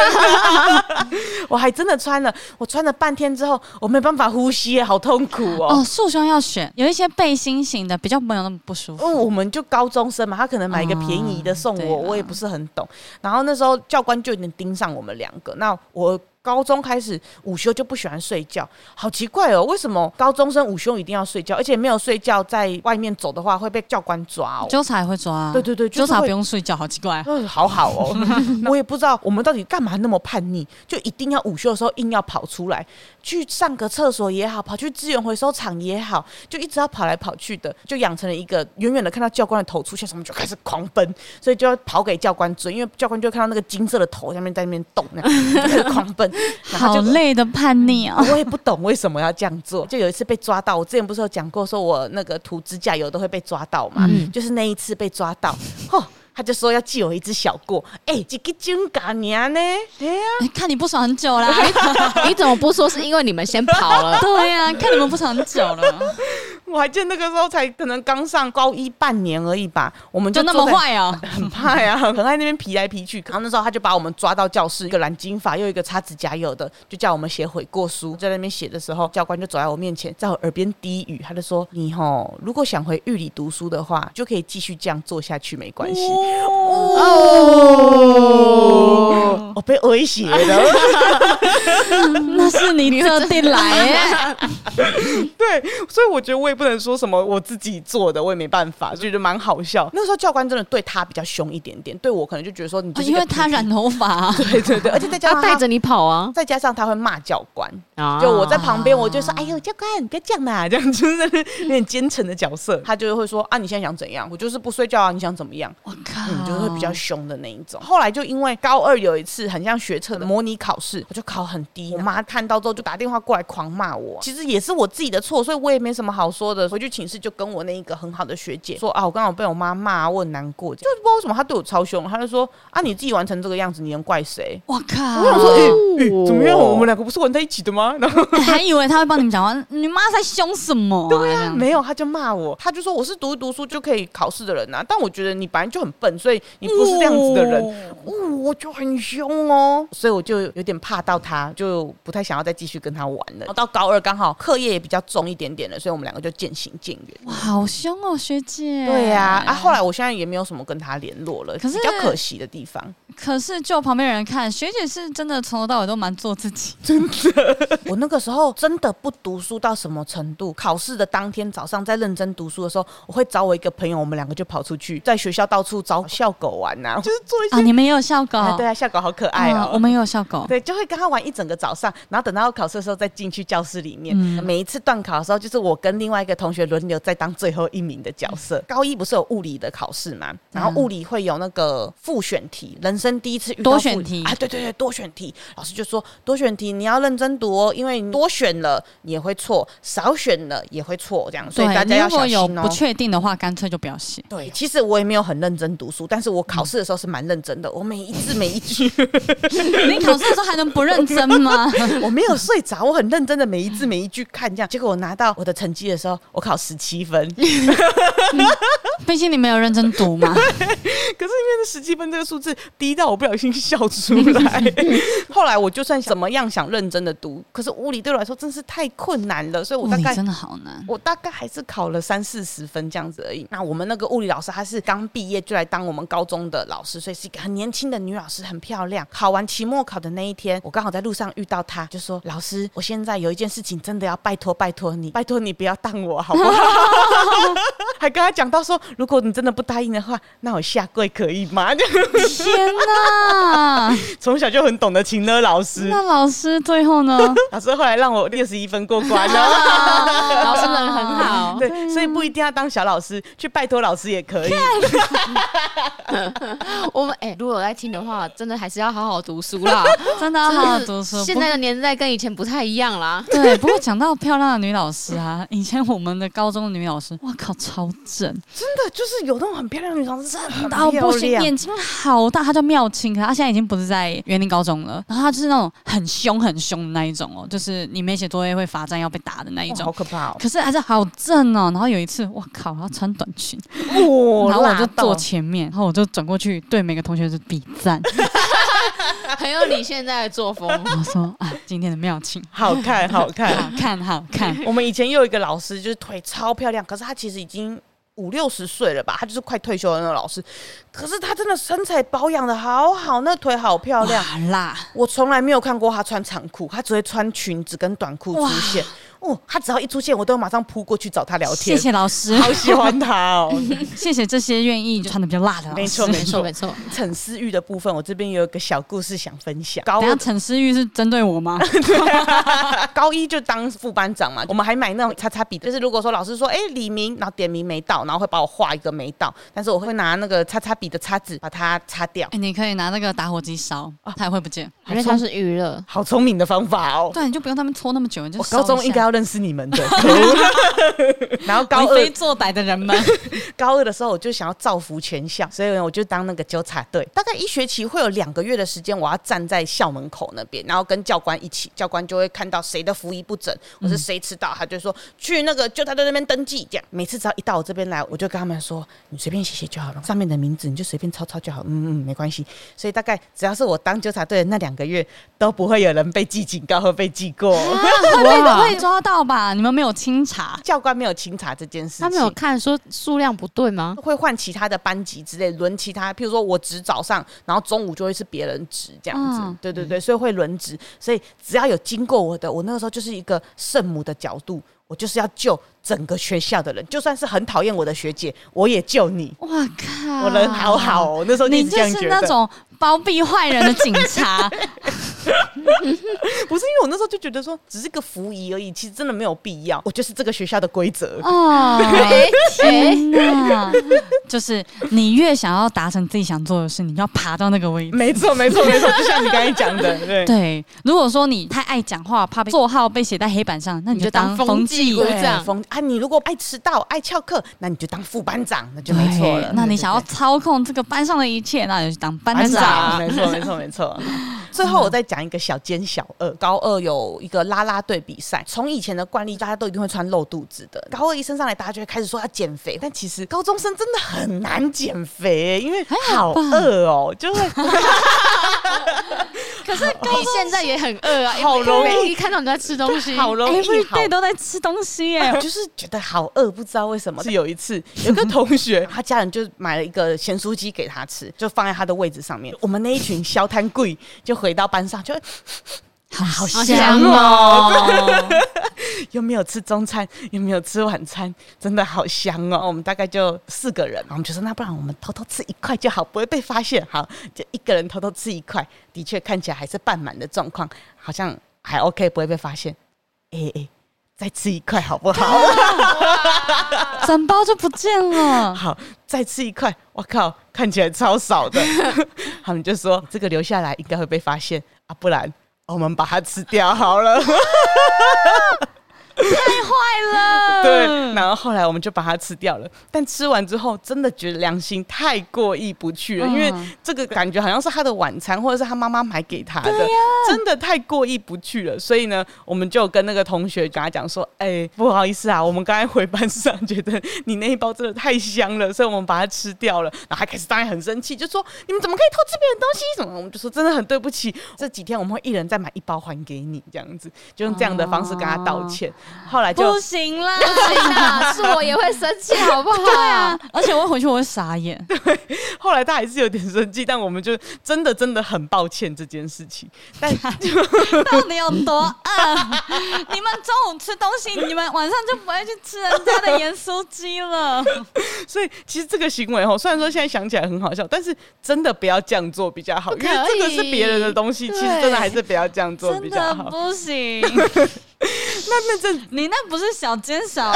D: 穿了， 我还真的穿了。我穿了半天之后，我没办法呼吸，好痛苦
B: 哦，
D: 哦。
B: 束胸要选，有一些背心型的比较没有那么不舒
D: 因为
B: 服。
D: 我们就高中生嘛，他可能买一个便宜的送
B: 啊对
D: 我，
B: 啦
D: 我也不是很懂。然后那时候教官就有点盯上我们两个。那我高中开始午休就不喜欢睡觉，好奇怪哦，为什么高中生午休一定要睡觉？而且没有睡觉在外面走的话会被教官抓哦。
B: 纠察也会抓、啊，
D: 对对对
B: 纠
D: 就是
B: 察
D: 会
B: 不用睡觉，好奇怪、啊。
D: 嗯，好好 哦，我也不知道我们到底干嘛那么叛逆，就一定要午休的时候硬要跑出来，去上个厕所也好，跑去资源回收厂也好，就一直要跑来跑去的，就养成了一个远远的看到教官的头出现，我们就开始狂奔，所以就要跑给教官追，因为教官就会看到那个金色的头下面在那边动，那样就开始狂奔，然后
B: 好
D: 就
B: 累的叛逆 哦，
D: 我也不懂为什么要这样做。就有一次被抓到，我之前不是有讲过，说我那个涂指甲油都会被抓到嘛，
E: 嗯
D: 就是那一次被抓到， 吼。他就说要记我一只小过，哎、欸，这个金嘎娘呢？哎呀、
B: 看你不爽很久啦，
E: 你怎么不说是因为你们先跑啊 了？
B: 对呀、看你们不爽很久 了，
D: 我还记得那个时候才可能刚上高一半年而已吧，我们
B: 就
D: 就
B: 那么
D: 坐在
B: 坏 哦，
D: 很怕呀，很爱那边皮来皮去。然后那时候他就把我们抓到教室，一个染金发，又一个擦指甲油的，就叫我们写悔过书。在那边写的时候，教官就走在我面前，在我耳边低语，他就说：“你吼，如果想回狱里读书的话，就可以继续这样做下去，没关系。”哦，我被威胁了。
B: 那是你特地来耶，
D: 对，所以我觉得我也不能说什么我自己做的，我也没办法，觉得蛮好笑。那时候教官真的对他比较凶一点点，对我可能就觉得说你就是
B: 哦因
D: 一个
B: 为他哦
D: 皮
B: 染头发，
D: 对对对，而且再加
E: 他
D: 上
E: 带着你跑啊！
D: 再加上他会骂教官，
E: 啊
D: 就我在旁边，我就说：“哎呦，教官，你不要这样嘛！” 这样就是有点奸臣 的角色。他就会说：“啊，你现在想怎样？我就是不睡觉啊，你想怎么样？”
B: 我靠，
D: 嗯，就是会比较凶的那一种。后来就因为高二有一次很像学测的模拟考试，我就考很低，我妈看到之后就打电话过来狂骂我。其实也是我自己的错，所以我也没什么好说的。回去寝室就跟我那一个很好的学姐说啊，我刚好被我妈骂，我很难过。就不知道为什么她对我超凶，她就说啊，你自己完成这个样子，你能怪谁？
B: 我靠，
D: 我想说，哎、 哎、
E: 哦
D: 怎么样？我们两个不是玩在一起的 吗？然后。
B: 哎还以为他会帮你们讲话，你妈在凶什么、啊？对
D: 啊没有，他就骂我，他就说我是读一读书就可以考试的人呐、啊但我觉得你本来就很笨，所以你不是这样子的人，哦，我就很凶哦，所以我就有点怕到他，就不太想要再继续跟他玩了。哦到高二刚好课业也比较重一点点了，所以我们两个就渐行渐远。
B: 哇，好凶哦，学姐。
D: 对呀、啊，后来我现在也没有什么跟他联络了，
B: 可是
D: 比较可惜的地方。
B: 可是就旁边人看，学姐是真的从头到尾都蛮做自己。
D: 我那个时候真的不读书到什么程度，考试的当天早上在认真读书的时候，我会找我一个朋友，我们两个就跑出去，在学校到处找校狗玩呐、就是做一些
B: 啊，你们也有校狗？
D: 啊，对啊，校狗好可爱哦、
B: 啊我们也有校狗。
D: 对，就会跟他玩一整个早上，然后等到考试的时候再进去教室里面。
B: 嗯
D: 每一次段考的时候，就是我跟另外一个同学轮流在当最后一名的角
B: 嗯
D: 色。高一不是有物理的考试嘛，然后物理会有那个复选题，人生第一次遇到
B: 多
D: 复
B: 选题
D: 啊，对对对，多选题。老师就说多选题你要认真读哦，因为你多选了你也会错，少选了也会错，这样，所以
B: 对
D: 大家
B: 你
D: 要
B: 如
D: 小
B: 果
D: 心
B: 有
D: 哦
B: 不。确定的话，干脆就不要写。
D: 对，其实我也没有很认真读书，但是我
B: 嗯
D: 考试的时候是蛮认真的，我每一字每一句
B: 你考试的时候还能不认真吗？
D: 我没有睡着，我很认真的每一字每一句看这样。结果我拿到我的成绩的时候，我考十 七分，
B: 毕竟你没有认真读嘛。
D: 可是因为这十七分这个数字低到我不小心笑出来。 后来我就算怎么样想认真的读，可是物理对我来说真是太困难了，所以我
B: 物
D: 大
B: 理
D: 概
B: 真的好难，
D: 我大概还是考了三四十分这样子而已。那我们那个物理老师，她是刚毕业就来当我们高中的老师，所以是一个很年轻的女老师，很漂亮。考完期末考的那一天，我刚好在路上遇到她，就说：“老师，我现在有一件事情真的要拜托拜托你，拜托你不要当我好不好？”还跟她讲到说，如果你真的不答应的话，那我下跪可以吗？
B: 天 哪！
D: 从小就很懂得情勒老师，
B: 那老师最后呢？
D: 老师后来让我六十一分过关了。
E: 啊老师人很好，
D: 对，所以不一定要当小老师，去拜托老师也可以。
E: 我们哎、如果有在听的话，真的还是要好好读书啦。
B: 真的要好好读书。
E: 啊现在的年代跟以前不太一样 啦。
B: 不 对，不过讲到漂亮的女老师啊，以前我们的高中女老师，哇靠，超正，
D: 真的就是有那种很漂亮的女生，真的很
B: 到不行，
D: 漂亮
B: 眼睛好大。她叫妙清，可她现在已经不是在园林高中了。然后她就是那种很凶很凶的那一种哦，就是你没写作业会罚站要被打的那一
D: 哇
B: 种。
D: 好可怕
B: 可是还是好正哦。然后有一次，我靠，她穿短裙，
D: 哦！
B: 然后我就
D: 辣到
B: 坐前面，然后我就转过去对每个同学是比 赞，
E: 很有你现在的作 风，
B: 我说啊，今天的妙清
D: 好看，好
B: 好
D: 看。
B: 看好看，
D: 我们以前也有一个老师，就是腿超漂亮，可是她其实已经五六十岁了吧，她就是快退休的那种老师。可是她真的身材保养的好好，那腿好漂亮。
B: 哇啦，
D: 我从来没有看过她穿长裤，她只会穿裙子跟短裤出
B: 哇
D: 现。哦，她只要一出现，我都马上扑过去找她聊
B: 谢
D: 天。
B: 谢老师，
D: 好喜欢她 哦。
B: 谢谢这些愿意穿的比较辣的老师。
D: 没错
E: 没错没错，
D: 陈思玉的部分，我这边有一个小故事想分享。高
B: 等一下哎陈思玉是针对我 吗？
D: 高一就当副班长嘛，我们还买那种擦擦笔，就是如果说老师说，哎、李明，然后点名没到，然后会把我画一个没到，但是我会拿那个擦擦笔的擦子把它擦掉
B: 哎、。你可以拿那个打火机烧，
D: 啊
B: 它也会不见。
E: 因为它是娱乐。
D: 好聪明的方法哦！
B: 对，你就不用他们搓那么久，你就
D: 我高中应该
B: 要
D: 要认识你们的，可恶然后高
B: 为非
D: 二
B: 作歹的人 们，啊
D: 高二的时候，我就想要造福全校，所以呢，我就当那个纠察队。大概一学期会有两个月的时间，我要站在校门口那边，然后跟教官一起，教官就会看到谁的服仪不整，或是谁迟到，他就说去那个纠察队那边登记。这样每次只要一到我这边来，我就跟他们说，你随便写写就好了，上面的名字你就随便抄抄就好，嗯嗯，没关系。所以大概只要是我当纠察队的那两个月，都不会有人被记警告或被记过。
B: 会会抓到吧？你们没有清查，
D: 教官没有清查这件事情，
E: 他们有看说数量不对吗？
D: 会换其他的班级之类，轮其他，譬如说我值早上，然后中午就会是别人值这样子，
B: 嗯
D: 对对对，所以会轮值，所以只要有经过我的，我那个时候就是一个圣母的角度，我就是要救整个学校的人，就算是很讨厌我的学姐，我也救你，
B: 哇靠！
D: 我人好好、哦，我那时候就一
B: 啊你
D: 直这
B: 就
D: 样觉
B: 是
D: 得
B: 那，种包庇坏人的警 察，
D: 不是因为我那时候就觉得说只是个服仪而已，其实真的没有必要，我就是这个学校的规则。
B: 哦，
E: 哎哎，
B: 天哪！就是你越想要达成自己想做的事，你就要爬到那个位置。
D: 没错，没错，没错，就像你刚才讲 的，对，
B: 对，如果说你太爱讲话，怕被座号被写在黑板上，那你
E: 你
B: 就
E: 就当
B: 当
E: 风
B: 风
E: 纪
B: 纪
E: 鼓
D: 对，
E: 掌
D: 风啊！你如果爱迟到、爱翘课，那你就当副班长，那就
B: 对
D: 没错了。
B: 那你
D: 对
B: 想要
D: 对
B: 操控这个班上的一切，那你就当班
D: 班
B: 长。
D: 没错，没错，没错。最后我再讲一个小尖小二，高二有一个啦啦队比赛，从以前的惯例，大家都一定会穿露肚子的。高二一升上来，大家就会开始说要减肥，但其实高中生真的很难减肥、欸因为好饿哦，就会
E: 可是你现在也很饿啊，
D: 好容易
E: 因为一看到你在吃东西，
D: 好
B: 哎
D: 容易哎好
B: everyday 都在吃东西 耶，
D: 哎就是觉得好饿，不知道为什么。是有一次，有个同学， 他家人就买了一个咸酥鸡给他吃，就放在他的位置上面。我们那一群小摊贵就回到班上，就
B: 好
E: 香
B: 哦！
D: 又没有吃中餐，又没有吃晚餐，真的好香哦。我们大概就四个人，然后我们就说，那不然我们偷偷吃一块就好，不会被发现。好，就一个人偷偷吃一块，的确看起来还是半满的状况，好像还 OK，不会被发现。哎、哎、再吃一块好不好？
B: 整包就不见了，
D: 好，再吃一块，我靠，看起来超少的。 他们就说这个留下来应该会被发现啊，不然我们把它吃掉好了。
B: 坏了。
D: 对，然后后来我们就把它吃掉了。但吃完之后，真的觉得良心太过意不去了，因为
B: 嗯
D: 这个感觉好像是他的晚餐，或者是他妈妈买给他
B: 哎
D: 的，
B: 啊
D: 真的太过意不去了。所以呢，我们就跟那个同学跟他讲说：“哎、不好意思啊，我们刚才回班上，觉得你那一包真的太香了，所以我们把它吃掉了。”然后他开始当然很生气，就说：“你们怎么可以偷吃别人东西？什么？”我们就说：“真的很对不起，这几天我们会一人再买一包还给你，这样子就用这样的方式跟他道歉。后来就
B: 不行 啦，
C: 不行啊，是我也会生气，好 不好？对啊，
B: 而且我回去我会傻眼，
D: 后来他还是有点生气，但我们就真的真的很抱歉这件事情。但
B: 到底有多饿？ 你们中午吃东西，你们晚上就不会去吃人家的盐酥鸡 了。
D: 所以其实这个行为哦，虽然说现在想起来很好笑，但是真的不要这样做比较好，因
C: 不可
D: 为这个是
C: 以
D: 别人的东西，其实真的还是不要这样做
B: 真
D: 比较
B: 的
D: 好。
B: 不行。那 那这你那不是小奸小 恶，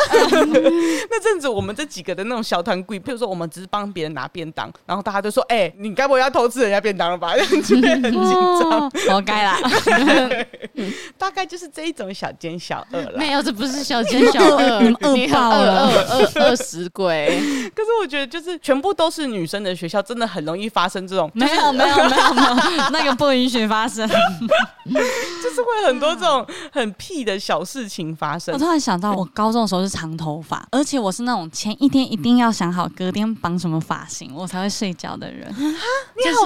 D: 那阵子我们这几个的那种小团柜，譬如说我们只是帮别人拿便当，然后大家就说：“哎、你该不会要偷吃人家便当了吧？” 就会很紧张。
B: 活该啦。
D: 大概就是这一种小奸小恶啦。
E: 没有，这不是小奸小恶，
B: 你们饿
E: 你很
B: 爆
E: 饿
B: 了
E: 饿饿饿死 鬼。
D: 可是我觉得，就是全部都是女生的学校，真的很容易发生 这种
B: 没有没有没有没 有，那个不允许发生。
D: 就是会很多这种很屁的小事情发生
B: 我。突然想到，我高中的时候是长头发，而且我是那种前一天一定要想好隔天绑什么发型，我才会睡觉的人。
D: 你好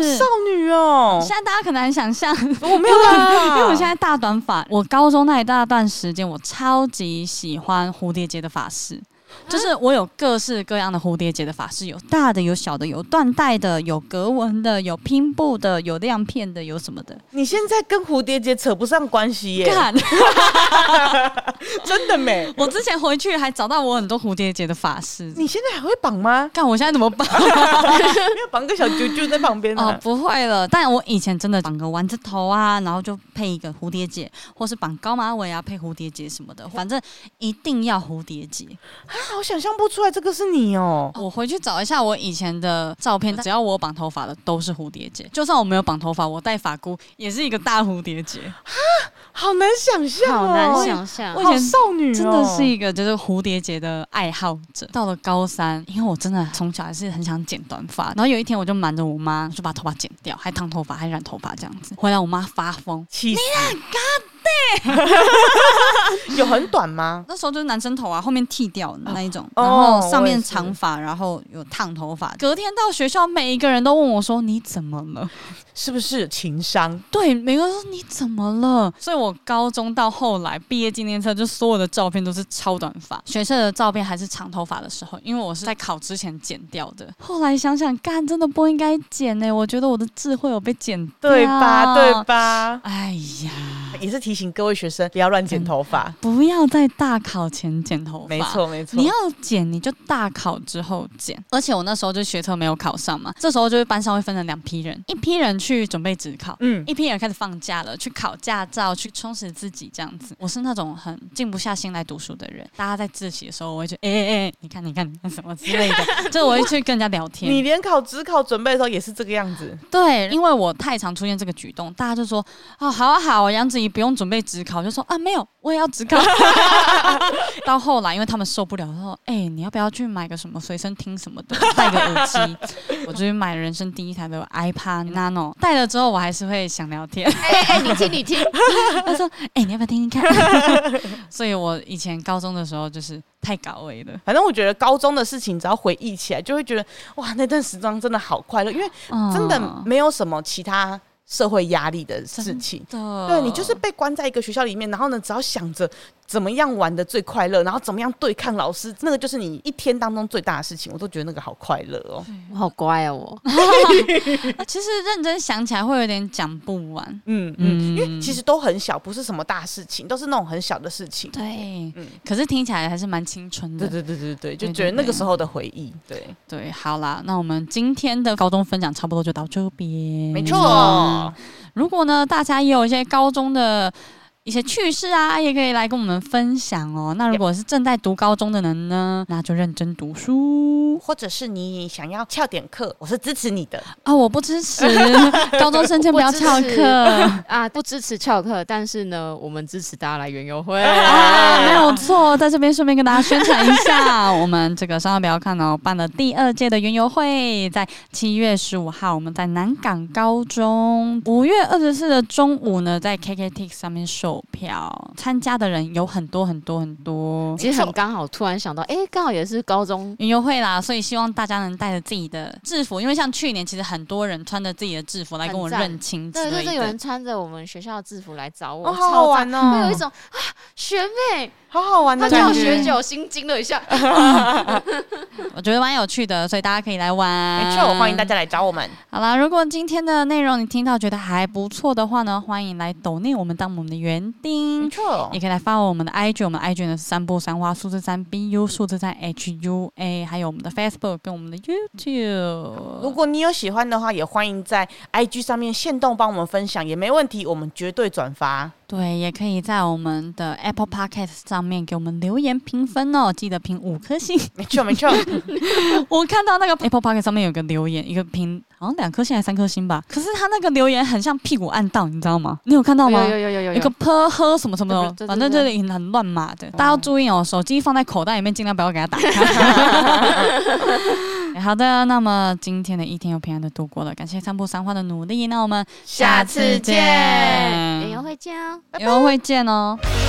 B: 就是
D: 少女哦、
B: 现在大家可能很想象，
D: 我没有办
B: 因
D: 法，
B: 为我现在大短发，我高中那一大段时间，我超级喜欢蝴蝶结的发饰。
D: 啊
B: 就是我有各式各样的蝴蝶结的发饰，有大的，有小的，有缎带的，有格纹的，有拼布的，有亮片的，有什么的。
D: 你现在跟蝴蝶结扯不上关 系耶，
B: 看，
D: 真的没。
B: 我之前回去还找到我很多蝴蝶结的发饰。？
D: 你现在还会绑吗
B: 看我现在怎么办？
D: 没有绑个小啾啾在旁边呢、啊
B: 哦，不会了。但我以前真的绑个丸子头啊，然后就配一个蝴蝶结，或是绑高马尾啊，配蝴蝶结什么的，反正一定要蝴蝶结。
D: 啊我想象不出来这个是你哦、
B: 我回去找一下我以前的照片，只要我有绑头发的都是蝴蝶结，就算我没有绑头发，我戴发箍也是一个大蝴蝶结，
D: 好难想象、哦，
E: 好难想象
B: 我
D: 好
B: 以前
D: 少女、哦，
B: 真的是一个就是蝴蝶结的爱好者。到了高三，因为我真的从小还是很想剪短发，然后有一天我就瞒着我妈就把头发剪掉，还烫头发，还染头发这样子，回来我妈发疯。
D: 气死。你很 有很短吗？
B: 那时候就是男生头啊，后面剃掉的那一种，
D: 哦
B: 然后上
D: 我也
B: 面
D: 是
B: 长发，然后有烫头发。隔天到学校，每一个人都问我说：“你怎么了？”
D: 是不是情商？
B: 对，每个人都说你怎么了？所以我高中到后来毕业纪念册，就所有的照片都是超短发，学校的照片还是长头发的时候，因为我是在考之前剪掉的。后来想想，干真的不应该剪呢、我觉得我的智慧有被剪掉，
D: 对
B: 啊
D: 吧？对？吧？
B: 哎呀，
D: 也是提醒各位学生不要乱剪头发。
B: 不要在大考前剪头发，
D: 没错，没错。
B: 你要剪，你就大考之后剪。而且我那时候就学测没有考上嘛，这时候就是班上会分成两批人，一批人去准备职考，
D: 嗯
B: 一批人开始放假了，去考驾照，去充实自己这样子。我是那种很静不下心来读书的人，大家在自习的时候，我会去，哎哎哎，你看你看你看什么之类 的，就我会去跟人家聊天。
D: 你连考职考准备的时候也是这个样子。
B: 对，因为我太常出现这个举动，大家就说哦，好啊好啊，杨子怡不用准备职考，就说啊没有，我也要职 考。 到后来，因为他们受不了，说哎、你要不要去买个什么随身听什么的，戴个耳 机？我就去买人生第一台的
D: 嗯
B: iPad Nano，戴了之后我还是会想聊 天。
C: 哎哎，你听你听，
B: 他说哎、你要不要听听看？ 所以我以前高中的时候就是太高危了，
D: 反正我觉得高中的事情，只要回忆起来，就会觉得哇，那段时光真的好快乐，因为
B: 嗯
D: 真的没有什么其他社会压力的事情。
B: 的
D: 对你就是被关在一个学校里面，然后呢，只要想着怎么样玩的最快乐，然后怎么样对抗老师，那个就是你一天当中最大的事情。我都觉得那个好快乐哦。
E: 我好乖哦，我
B: 啊其实认真想起来会有点讲不完。
D: 嗯嗯，因为其实都很小，不是什么大事情，都是那种很小的事情。
B: 对，
D: 嗯
B: 可是听起来还是蛮青春的。
D: 对对对对对，就觉得那个时候的回忆，对，
B: 对好啦，那我们今天的高中分享差不多
D: 嗯
B: 就到这边。
D: 没错。
B: 如果呢，大家也有一些高中的。一些趣事啊，也可以来跟我们分享哦。那如果是正在读高中的人呢，那就认真读 书
D: 或者是你想要翘点课，我是支持你的。
B: 啊、我不支持高中生先不要翘
E: 我不支持
B: 课。
E: 啊，不支持翘课，但是呢，我们支持大家来园游 会。
B: 啊，没有 错，在这边顺便跟大家宣传一下， 我们这个上岸不要看哦，办了第二届的云游会，在七月十五号，我们在南港高中，五月二十四的中午呢，在 KKTix 上面售票，参加的人有很多很多很多。
E: 其实很刚好，突然想到，哎、刚好也是高中，
B: 云游会啦，所以希望大家能带着自己的制服，因为像去年其实很多人穿着自己的制服来跟我
E: 很赞
B: 认亲嗯之
E: 对，就
B: 类
E: 是有
B: 的
E: 人。穿着我们学校的制服来找我，
D: 哦，好好
E: 超赞，
D: 玩
E: 会有一
D: 哦，
E: 种啊，学妹，
D: 好好玩
E: 她
D: 的
B: 对
E: 叫
D: 感
E: 我
D: 觉。
E: 学姐，我心惊了
B: 啊
E: 一下。
B: 我觉得蛮有趣的，所以大家可以来玩。
D: 没错，欢迎大家来找我们。
B: 好啦，如果今天的内容你听到觉得还不错的话呢，欢迎来抖内我们当我们的园
D: 嗯
B: 丁，
D: 错
B: 也可以来发我们的 IG，我们的 IG 呢是三步三花数字三 BU 数字三 HUA，还有我们的 Facebook 跟我们的 YouTube。
D: 如果你有喜欢的话，也欢迎在 IG 上面限动帮我们分享，也没问题，我们绝对转发。
B: 对，也可以在我们的 Apple Podcast 上面给我们留言评分哦，记得评五颗星。
D: 没错，没 错，
B: 我看到那个 Apple Podcast 上面有个留言，一个评好像两颗星还是三颗星吧，可是他那个留言很像屁股按到，你知道吗？你有看到吗？
E: 有有有有
B: 有个泼喝什么什么的，
E: 对不
B: 哦
E: 对对
B: 反正这
E: 对
B: 里很乱码的，大家要注意哦，手机放在口袋里面，尽量不要给它打 开。 好的，那么今天的一天又平安的度过了，感谢三步三花的努力，那我们嗯
E: 园游会见哦。
B: 以后会见哦。
E: 拜拜